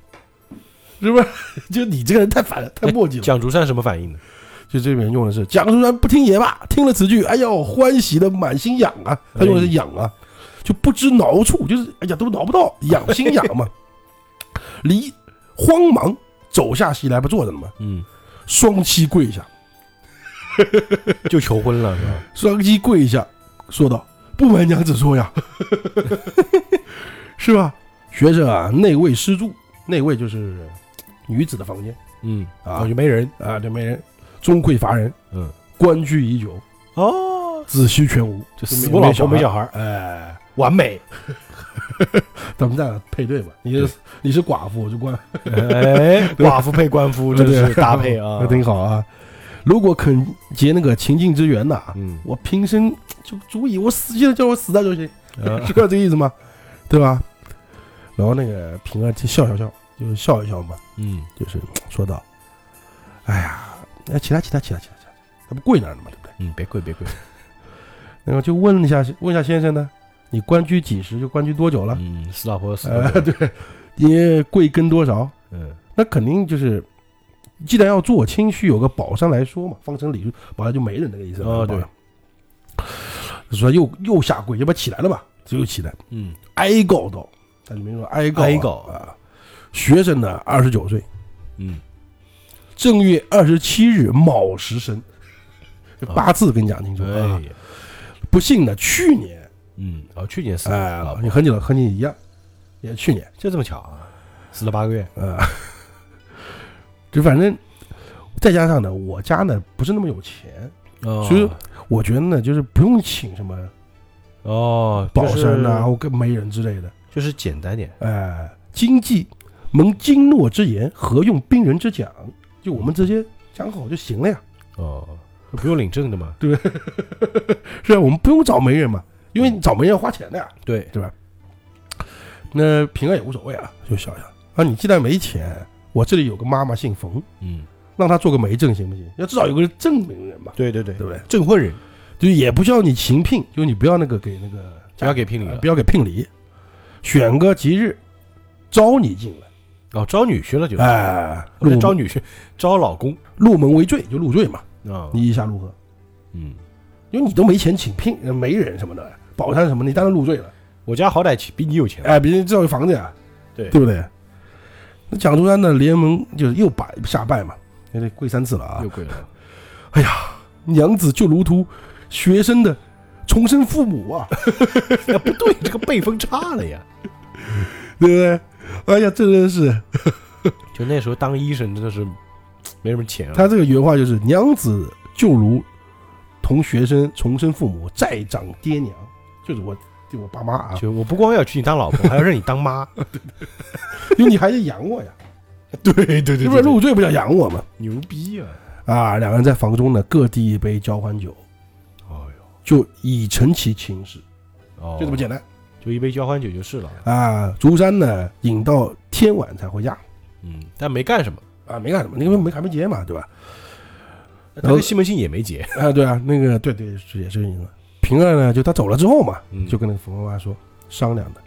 [SPEAKER 2] 是 *laughs* 不是？就你这个人太烦了，太磨叽了。
[SPEAKER 1] 蒋竹山什么反应呢？
[SPEAKER 2] 哎就这边用的是蒋竹山不听也罢，听了此句，哎呦，欢喜的满心痒啊！他用的是痒啊，就不知挠处，就是哎呀都挠不到，痒心痒 *laughs* 嘛。离慌忙走下席来，不坐着了吗？
[SPEAKER 1] 嗯，
[SPEAKER 2] 双膝跪下，
[SPEAKER 1] 就求婚了是吧？
[SPEAKER 2] 双击跪下，说道：“不瞒娘子说呀， *laughs* 是吧？学生啊，内卫失住，内卫就是女子的房间
[SPEAKER 1] 嗯
[SPEAKER 2] 啊
[SPEAKER 1] 啊，就没人
[SPEAKER 2] 啊，这没人，终会乏人，
[SPEAKER 1] 嗯，
[SPEAKER 2] 关居已久，
[SPEAKER 1] 哦，
[SPEAKER 2] 子息全无，
[SPEAKER 1] 就
[SPEAKER 2] 没
[SPEAKER 1] 死不老
[SPEAKER 2] 没小
[SPEAKER 1] 婆没
[SPEAKER 2] 孩
[SPEAKER 1] 小孩儿，
[SPEAKER 2] 哎，
[SPEAKER 1] 完美，
[SPEAKER 2] 咱们俩配对吧？你是你是寡妇，我就官，
[SPEAKER 1] 哎，寡妇配官夫，真是搭配啊 *laughs*
[SPEAKER 2] 那，挺好啊。如果肯结那个秦晋之缘呐、
[SPEAKER 1] 嗯，
[SPEAKER 2] 我平生就足以，我死现在叫我死掉就行，
[SPEAKER 1] 啊
[SPEAKER 2] 是这个意思吗？对吧？然后那个平儿就笑笑笑，就是笑一笑嘛，
[SPEAKER 1] 嗯
[SPEAKER 2] 就是说道：“哎呀，哎，起来起来起来起来起来，他不跪那儿呢嘛，对不对
[SPEAKER 1] 嗯，别跪别跪，？”
[SPEAKER 2] 然后就问一下问一下先生呢，你官居几时？就官居多久了？
[SPEAKER 1] 嗯，死老婆死老
[SPEAKER 2] 呃，
[SPEAKER 1] 婆，
[SPEAKER 2] 对，你贵庚多少？
[SPEAKER 1] 嗯
[SPEAKER 2] 那肯定就是，既然要做，清虚有个宝山来说嘛，方成李宝山就没人那个意思
[SPEAKER 1] 哦
[SPEAKER 2] 啊对，所以又又下跪，要不然起来了嘛，只有起来
[SPEAKER 1] 嗯
[SPEAKER 2] 哀告道，他里面说哀告、啊、
[SPEAKER 1] 哀告
[SPEAKER 2] 啊，学生呢二十九岁，
[SPEAKER 1] 嗯，
[SPEAKER 2] 正月二十七日卯时生，这
[SPEAKER 1] 啊
[SPEAKER 2] 八字跟你讲清楚啊
[SPEAKER 1] 哎，，
[SPEAKER 2] 不信呢，去年
[SPEAKER 1] 嗯，哦，去年死
[SPEAKER 2] 哎
[SPEAKER 1] 了老，婆
[SPEAKER 2] 你，和你老和你一样，也去年。
[SPEAKER 1] 就这么巧啊，死了八个月，
[SPEAKER 2] 啊，就反正再加上呢，我家呢不是那么有钱，
[SPEAKER 1] 哦
[SPEAKER 2] 所以我觉得呢，就是不用请什么
[SPEAKER 1] 哦，
[SPEAKER 2] 宝
[SPEAKER 1] 就是
[SPEAKER 2] 山啊、或跟媒人之类的，
[SPEAKER 1] 就是简单点，
[SPEAKER 2] 哎、经济蒙经诺之言，何用兵人之讲？就我们直接讲好就行了呀，
[SPEAKER 1] 哦，不用领证的嘛，
[SPEAKER 2] 是啊吧？我们不用找媒人嘛，因为你找媒人要花钱的呀。
[SPEAKER 1] 对，
[SPEAKER 2] 那平儿也无所谓啊，就想想啊，你既然没钱，我这里有个妈妈姓冯，
[SPEAKER 1] 嗯，
[SPEAKER 2] 让她做个媒证行不行？要至少有个证明人吧，
[SPEAKER 1] 对对对啊
[SPEAKER 2] 对不对？
[SPEAKER 1] 证婚人
[SPEAKER 2] 就也不叫你行聘，就你不要那个给那个
[SPEAKER 1] 不要给聘礼
[SPEAKER 2] 呃
[SPEAKER 1] 了
[SPEAKER 2] 不，要给聘礼，选个吉日招你进来，
[SPEAKER 1] 哦，招女婿了就，
[SPEAKER 2] 哎，
[SPEAKER 1] 不
[SPEAKER 2] 入
[SPEAKER 1] 是招女婿，招老公
[SPEAKER 2] 入门为罪就入罪嘛，
[SPEAKER 1] 啊，
[SPEAKER 2] 你意下如何？
[SPEAKER 1] 嗯。
[SPEAKER 2] 因为你都没钱请聘呃媒人什么的，保山什么的，你当然入罪了，
[SPEAKER 1] 我家好歹起比你有钱啊，
[SPEAKER 2] 哎，别人至少有房子呀，
[SPEAKER 1] 对
[SPEAKER 2] 对不对？那蒋中山呢，联盟就是又摆下拜嘛，那得跪三次了啊
[SPEAKER 1] 又，贵了。 *laughs*
[SPEAKER 2] 娘子就如图学生的重生父母啊，
[SPEAKER 1] 那不对，这个辈分差了呀。
[SPEAKER 2] *laughs* 对不对？哎呀，这真是。
[SPEAKER 1] 就那时候当医生真的是没什么钱啊。
[SPEAKER 2] 他这个原话就是“娘子就如同学生重生父母，再长爹娘”，就是我就我爸妈啊，
[SPEAKER 1] *laughs* 就我不光要娶你当老婆，还 *laughs* 要认你当妈。
[SPEAKER 2] *laughs* 因为你还得养我呀，
[SPEAKER 1] 对对对
[SPEAKER 2] 是
[SPEAKER 1] 是
[SPEAKER 2] 不
[SPEAKER 1] 不
[SPEAKER 2] 是
[SPEAKER 1] 是
[SPEAKER 2] 入赘不叫养我吗？
[SPEAKER 1] 牛逼啊？
[SPEAKER 2] 啊，两人在房中呢，各递一杯交欢酒，
[SPEAKER 1] 哎呦，
[SPEAKER 2] 就以成其情事，
[SPEAKER 1] 哦，
[SPEAKER 2] 就这么，简单
[SPEAKER 1] 就一杯交欢酒就是了。
[SPEAKER 2] 啊。竹山呢，饮到天晚才回家
[SPEAKER 1] 嗯，但没干什么，
[SPEAKER 2] 啊，没干什么，因为没还没结嘛，对吧？
[SPEAKER 1] 他跟西门庆也没结。
[SPEAKER 2] 啊，对啊，那个对对是也是因为平儿呢，就他走了之后嘛，
[SPEAKER 1] 嗯
[SPEAKER 2] 就跟那个冯妈妈说商量的，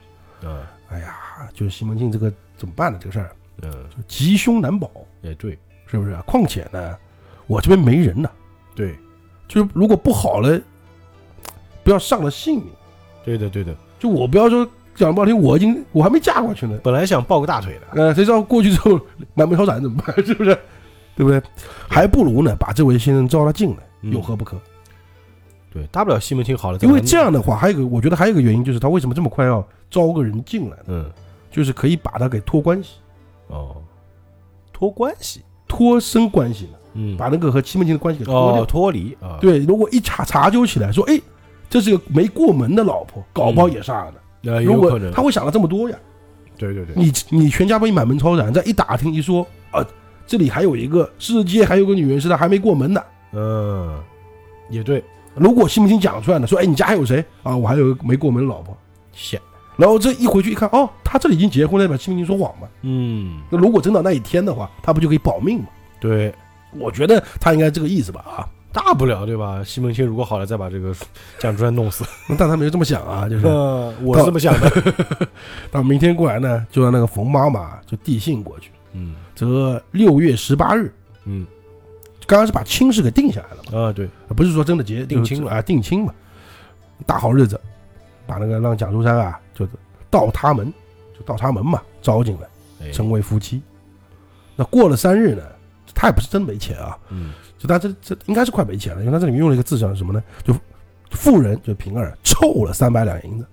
[SPEAKER 1] 嗯
[SPEAKER 2] 哎呀，就是西门庆这个怎么办呢？这个事儿。
[SPEAKER 1] 嗯，
[SPEAKER 2] 吉凶难保，
[SPEAKER 1] 也对
[SPEAKER 2] 是不是？况且呢，我这边没人呢，
[SPEAKER 1] 对
[SPEAKER 2] 就是如果不好了，不要上了性命。
[SPEAKER 1] 对的对的。
[SPEAKER 2] 就我不要说讲不好听，我已经我还没嫁过去呢，
[SPEAKER 1] 本来想抱个大腿的，
[SPEAKER 2] 呃，谁知道过去之后满门抄斩怎么办？ *laughs* 是不是？对不对？还不如呢，把这位先生招他进来，
[SPEAKER 1] 嗯
[SPEAKER 2] 有何不可？
[SPEAKER 1] 对，大不了西门庆好了。
[SPEAKER 2] 因为这，样的话，还有一个，我觉得还有一个原因就是他为什么这么快要招个人进来呢？
[SPEAKER 1] 嗯，
[SPEAKER 2] 就是可以把他给托关系、
[SPEAKER 1] 哦，托关系，
[SPEAKER 2] 托生关系呢，
[SPEAKER 1] 嗯，
[SPEAKER 2] 把那个和西门庆的关系给脱掉。
[SPEAKER 1] 哦脱离啊，
[SPEAKER 2] 对，如果一查查究起来，说哎，这是个没过门的老婆，搞不好也杀了呢。
[SPEAKER 1] 呃，
[SPEAKER 2] 如
[SPEAKER 1] 有
[SPEAKER 2] 果
[SPEAKER 1] 可能
[SPEAKER 2] 他，会想了这么多呀，
[SPEAKER 1] 对对对，
[SPEAKER 2] 你你全家被满门抄斩，再一打听一说啊，这里还有一个世界还有个女人是他还没过门的。
[SPEAKER 1] 嗯，也对，
[SPEAKER 2] 如果西门庆讲出来了，说哎，你家还有谁啊？我还有一个没过门的老婆。
[SPEAKER 1] 想，
[SPEAKER 2] 然后这一回去一看，哦，他这里已经结婚了，代表西门庆说谎嘛。
[SPEAKER 1] 嗯，
[SPEAKER 2] 那如果真到那一天的话，他不就可以保命嘛？
[SPEAKER 1] 对，
[SPEAKER 2] 我觉得他应该这个意思吧啊，
[SPEAKER 1] 大不了对吧？西门庆如果好了，再把这个蒋川弄死。
[SPEAKER 2] 但他没有这么想啊，就
[SPEAKER 1] *laughs*
[SPEAKER 2] 是
[SPEAKER 1] 呃，我是这么想的。
[SPEAKER 2] 到明天过来呢，就让那个冯妈妈就递信过去。
[SPEAKER 1] *laughs* 嗯
[SPEAKER 2] 则六月十八日，
[SPEAKER 1] 嗯
[SPEAKER 2] 刚刚是把亲事给定下来了嘛，
[SPEAKER 1] 啊，对，
[SPEAKER 2] 不是说真的结
[SPEAKER 1] 定亲
[SPEAKER 2] 了
[SPEAKER 1] 了
[SPEAKER 2] 啊，定亲嘛，大好日子，把那个让蒋中山啊，就是倒插门，就倒插门嘛，招进来
[SPEAKER 1] 哎
[SPEAKER 2] 成为夫妻。那过了三日呢，他也不是真没钱啊，
[SPEAKER 1] 嗯
[SPEAKER 2] 就他这这应该是快没钱了，因为他这里面用了一个字是什么呢？就富人就平儿凑了三百两银子，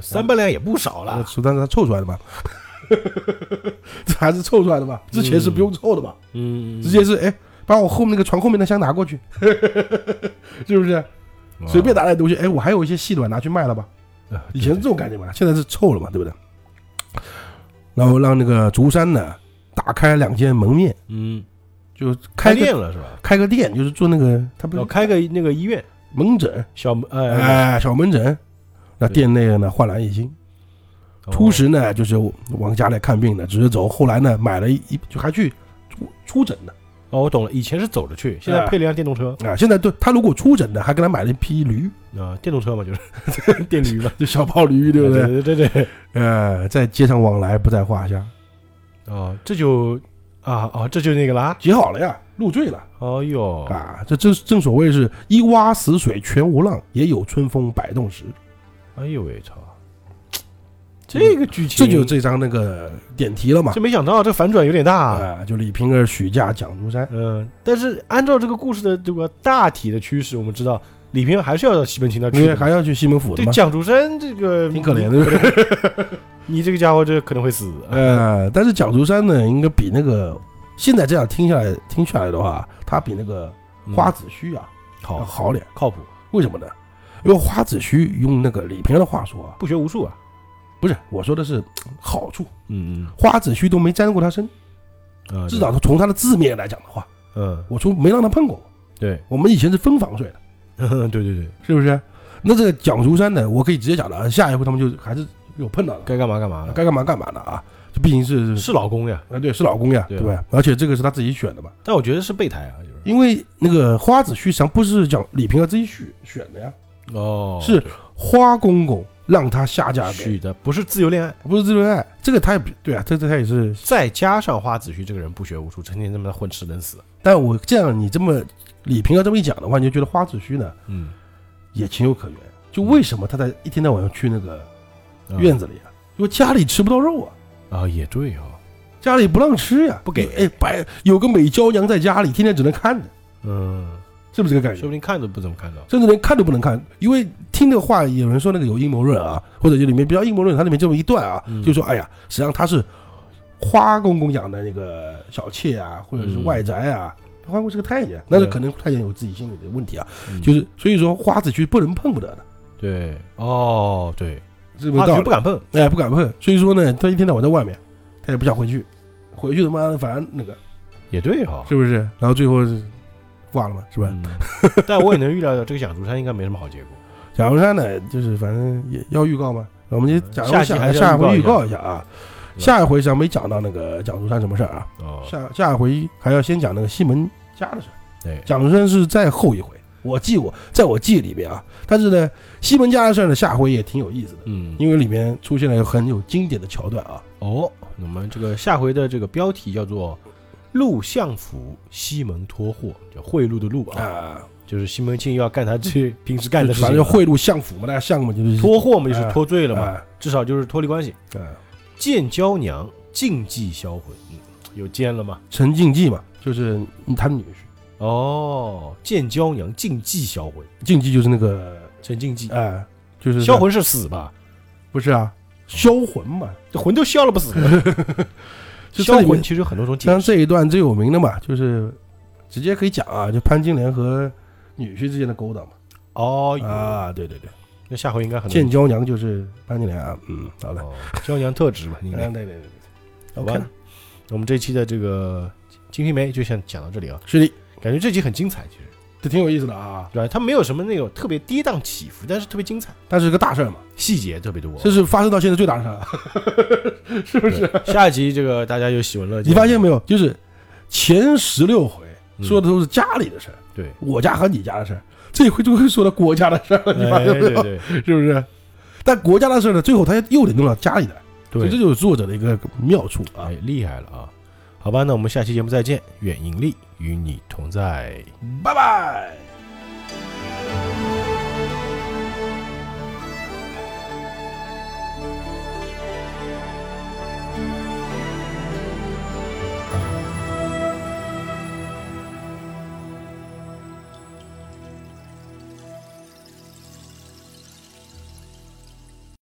[SPEAKER 1] 三百两也不少了，
[SPEAKER 2] 说但是他凑出来的嘛， *laughs* 这还是凑出来的嘛，之前是不用凑的嘛，
[SPEAKER 1] 嗯
[SPEAKER 2] 直接是哎把我后面那个床后面的箱拿过去， *laughs* 是不是？
[SPEAKER 1] 嗯
[SPEAKER 2] 随便拿点东西，哎，我还有一些细的吧，拿去卖了吧。
[SPEAKER 1] 啊
[SPEAKER 2] 以前是这种概念嘛，现在是臭了嘛，对不对？然后让那个竹山呢打开两间门面，
[SPEAKER 1] 嗯，
[SPEAKER 2] 就
[SPEAKER 1] 开
[SPEAKER 2] 个
[SPEAKER 1] 店了是吧？
[SPEAKER 2] 开个店，就是做那个他不
[SPEAKER 1] 要
[SPEAKER 2] 是
[SPEAKER 1] 开个那个医院
[SPEAKER 2] 门诊，
[SPEAKER 1] 小门哎，
[SPEAKER 2] 哎，小门诊。那
[SPEAKER 1] 对
[SPEAKER 2] 店内呢焕然一新，
[SPEAKER 1] 哦
[SPEAKER 2] 初时呢就是往家里看病的，只是走，后来呢买了一一就还去出出诊的
[SPEAKER 1] 哦，我懂了，以前是走着去，现在
[SPEAKER 2] 哎
[SPEAKER 1] 配了一辆电动车
[SPEAKER 2] 啊。现在对他如果出诊的，还给他买了一匹驴，
[SPEAKER 1] 啊，电动车嘛就是 *laughs* 电驴嘛，
[SPEAKER 2] 就小泡驴，对不对？
[SPEAKER 1] 对对对对，
[SPEAKER 2] 呃，在街上往来不在话下，
[SPEAKER 1] 哦，这就啊哦，这就那个啦，
[SPEAKER 2] 结好了呀，入赘了。
[SPEAKER 1] 哦哟，
[SPEAKER 2] 啊，这正正所谓是一洼死水全无浪，也有春风摆动时。
[SPEAKER 1] 哎呦喂操，嗯这个剧情
[SPEAKER 2] 这就是这张那个点题了嘛
[SPEAKER 1] 这。没想到这反转有点大啊，
[SPEAKER 2] 啊，就李瓶儿、许嫁、蒋竹山，
[SPEAKER 1] 嗯，但是按照这个故事的这个大体的趋势，我们知道李平还是要到西门庆那
[SPEAKER 2] 因
[SPEAKER 1] 去
[SPEAKER 2] 为
[SPEAKER 1] 的。
[SPEAKER 2] 还要去西门府的
[SPEAKER 1] 对
[SPEAKER 2] 嘛，
[SPEAKER 1] 蒋竹山这个
[SPEAKER 2] 挺可怜，的。
[SPEAKER 1] 你这个家伙这可能会死。
[SPEAKER 2] 呃，但是蒋竹山呢，应该比那个现在这样听下来听下来的话，他比那个
[SPEAKER 1] 嗯
[SPEAKER 2] 花子虚啊要
[SPEAKER 1] 好
[SPEAKER 2] 好点。
[SPEAKER 1] 嗯靠谱，
[SPEAKER 2] 为什么呢？因为花子虚用那个李瓶儿的话说啊，
[SPEAKER 1] 不学无术啊。
[SPEAKER 2] 不是我说的是嗯好处，
[SPEAKER 1] 嗯
[SPEAKER 2] 花子虚都没沾过他身，
[SPEAKER 1] 嗯，啊
[SPEAKER 2] 至少从他的字面来讲的话，
[SPEAKER 1] 嗯
[SPEAKER 2] 我说没让他碰过我。
[SPEAKER 1] 对， *laughs*
[SPEAKER 2] 我们以前是分房睡的，
[SPEAKER 1] 对对对，
[SPEAKER 2] 是不是？那这个蒋竹山呢，我可以直接讲了，啊，下一步他们就还是有碰到的，
[SPEAKER 1] 该干嘛干嘛了，
[SPEAKER 2] 该干嘛干嘛的啊。这毕竟是
[SPEAKER 1] 是老公呀。
[SPEAKER 2] 啊，对，是老公呀，
[SPEAKER 1] 对
[SPEAKER 2] 对
[SPEAKER 1] 啊
[SPEAKER 2] 吧？而且这个是他自己选的嘛，
[SPEAKER 1] 但我觉得是备胎啊，就是
[SPEAKER 2] 因为那个花子虚实际上不是蒋李瓶儿自己选选的呀，
[SPEAKER 1] 哦
[SPEAKER 2] 是花公公让他下嫁给，
[SPEAKER 1] 许的，不是自由恋爱。
[SPEAKER 2] 不是自恋爱，这个他也不对啊，这这他也是。
[SPEAKER 1] 再加上花子虚这个人不学无术，成天他妈混吃等死。
[SPEAKER 2] 但我这样你这么李瓶儿这么一讲的话，你就觉得花子虚呢
[SPEAKER 1] 嗯，
[SPEAKER 2] 也情有可原。就为什么他在一天到晚要去那个院子里啊？因为家里吃不到肉啊。
[SPEAKER 1] 嗯啊也对哦，
[SPEAKER 2] 家里不让吃呀，
[SPEAKER 1] 不给
[SPEAKER 2] 哎，白有个美娇娘在家里，天天只能看着，
[SPEAKER 1] 嗯，
[SPEAKER 2] 是不是这个感
[SPEAKER 1] 说
[SPEAKER 2] 觉
[SPEAKER 1] 不？定看都不怎么看到。
[SPEAKER 2] 甚至连看都不能看，因为听那个话，有人说那个有阴谋论啊，或者就里面比较阴谋论，它里面这么一段啊，
[SPEAKER 1] 嗯
[SPEAKER 2] 就说哎呀，实际上他是花公公养的那个小妾啊，或者是外宅啊，花公公是个太监，那是
[SPEAKER 1] 嗯对
[SPEAKER 2] 可能太监有自己心里的问题啊，
[SPEAKER 1] 嗯
[SPEAKER 2] 就是所以说花子虚不能碰不得的，
[SPEAKER 1] 对哦对，
[SPEAKER 2] 是不
[SPEAKER 1] 花子
[SPEAKER 2] 是道
[SPEAKER 1] 虚
[SPEAKER 2] 理
[SPEAKER 1] 不？敢碰。
[SPEAKER 2] 哎，不敢碰，所以说呢，他一天到晚在外面，他也不想回去，回去他妈的反正那个
[SPEAKER 1] 也对哈、
[SPEAKER 2] 是不是？然后最后是挂了嘛，是吧？
[SPEAKER 1] 嗯， *laughs* 但我也能预料到这个蒋竹山应该没什么好结果。
[SPEAKER 2] 贾荣山呢，就是反正也要预告嘛，我们就假如
[SPEAKER 1] 嗯下嗯
[SPEAKER 2] 下
[SPEAKER 1] 期还是
[SPEAKER 2] 下
[SPEAKER 1] 要
[SPEAKER 2] 一回
[SPEAKER 1] 预
[SPEAKER 2] 预
[SPEAKER 1] 告
[SPEAKER 2] 告一下啊，
[SPEAKER 1] 对吧
[SPEAKER 2] 下一回想没讲到那个蒋竹山什么事儿啊？
[SPEAKER 1] 哦，
[SPEAKER 2] 下下一回还要先讲那个西门家的事儿。
[SPEAKER 1] 对，
[SPEAKER 2] 蒋竹山是在后一回，我记我在我记忆里边啊，但是呢，西门家的事儿呢，下回也挺有意思的，
[SPEAKER 1] 嗯，
[SPEAKER 2] 因为里面出现了有很有经典的桥段啊。
[SPEAKER 1] 哦，那么这个下回的这个标题叫做“陆相府西门脱货”，叫贿赂的赂啊，
[SPEAKER 2] 啊，
[SPEAKER 1] 就是西门庆要干他 *laughs* 这平时干的事
[SPEAKER 2] 反正
[SPEAKER 1] 情
[SPEAKER 2] 就
[SPEAKER 1] 啊，
[SPEAKER 2] 贿赂相府嘛，那相嘛就是
[SPEAKER 1] 脱货嘛，就是脱罪了嘛，
[SPEAKER 2] 啊
[SPEAKER 1] 至少就是脱离关系。
[SPEAKER 2] 啊，
[SPEAKER 1] 见娇娘禁忌销魂，嗯，有奸了嘛？
[SPEAKER 2] 陈静济嘛，就是他女婿。
[SPEAKER 1] 哦，见娇娘禁忌销魂，
[SPEAKER 2] 禁忌就是那个，
[SPEAKER 1] 陈禁忌，
[SPEAKER 2] 哎、就是
[SPEAKER 1] 销魂啊是死吧？
[SPEAKER 2] 不是啊，销魂嘛。
[SPEAKER 1] 这魂都消了不死，
[SPEAKER 2] 就
[SPEAKER 1] 销
[SPEAKER 2] 这里
[SPEAKER 1] 魂
[SPEAKER 2] 面，
[SPEAKER 1] 其实有很多种解
[SPEAKER 2] 像
[SPEAKER 1] 释。
[SPEAKER 2] 这一段最有名的嘛，就是直接可以讲啊，就潘金莲和女婿之间的勾当嘛。
[SPEAKER 1] 哦，
[SPEAKER 2] 啊，对对对，
[SPEAKER 1] 那下回应该很
[SPEAKER 2] 见娇娘就是潘金莲啊，嗯，好的，
[SPEAKER 1] 哦，娇娘特质吧，应
[SPEAKER 2] 嗯，
[SPEAKER 1] 该
[SPEAKER 2] 对对对对，
[SPEAKER 1] 好
[SPEAKER 2] OK
[SPEAKER 1] 吧
[SPEAKER 2] 了。
[SPEAKER 1] 那我们这期的这个《金瓶梅》就先讲到这里啊，
[SPEAKER 2] 是的，
[SPEAKER 1] 感觉这集很精彩，其实
[SPEAKER 2] 这挺有意思的啊，
[SPEAKER 1] 对吧？它没有什么那种特别跌宕起伏，但是特别精彩，
[SPEAKER 2] 但是个大事儿嘛，
[SPEAKER 1] 细节特别多。
[SPEAKER 2] 这是发生到现在最大的事 *laughs* 儿。啊
[SPEAKER 1] 不是？下一集这个大家有喜闻乐见。
[SPEAKER 2] 你发现没有？就是前十六回说的都是家里的事儿，
[SPEAKER 1] 对？
[SPEAKER 2] 我家和你家的事儿，这一回就会说到国家的事儿了，你发
[SPEAKER 1] 哎
[SPEAKER 2] 现没
[SPEAKER 1] 对
[SPEAKER 2] 有？
[SPEAKER 1] 对
[SPEAKER 2] 是不是？但国家的事儿呢，最后他又得弄到家里来，所以这
[SPEAKER 1] 对，
[SPEAKER 2] 就是作者的一个妙处啊
[SPEAKER 1] 哎，。厉害了啊！好吧，那我们下期节目再见，愿引力与你同在。
[SPEAKER 2] 拜拜。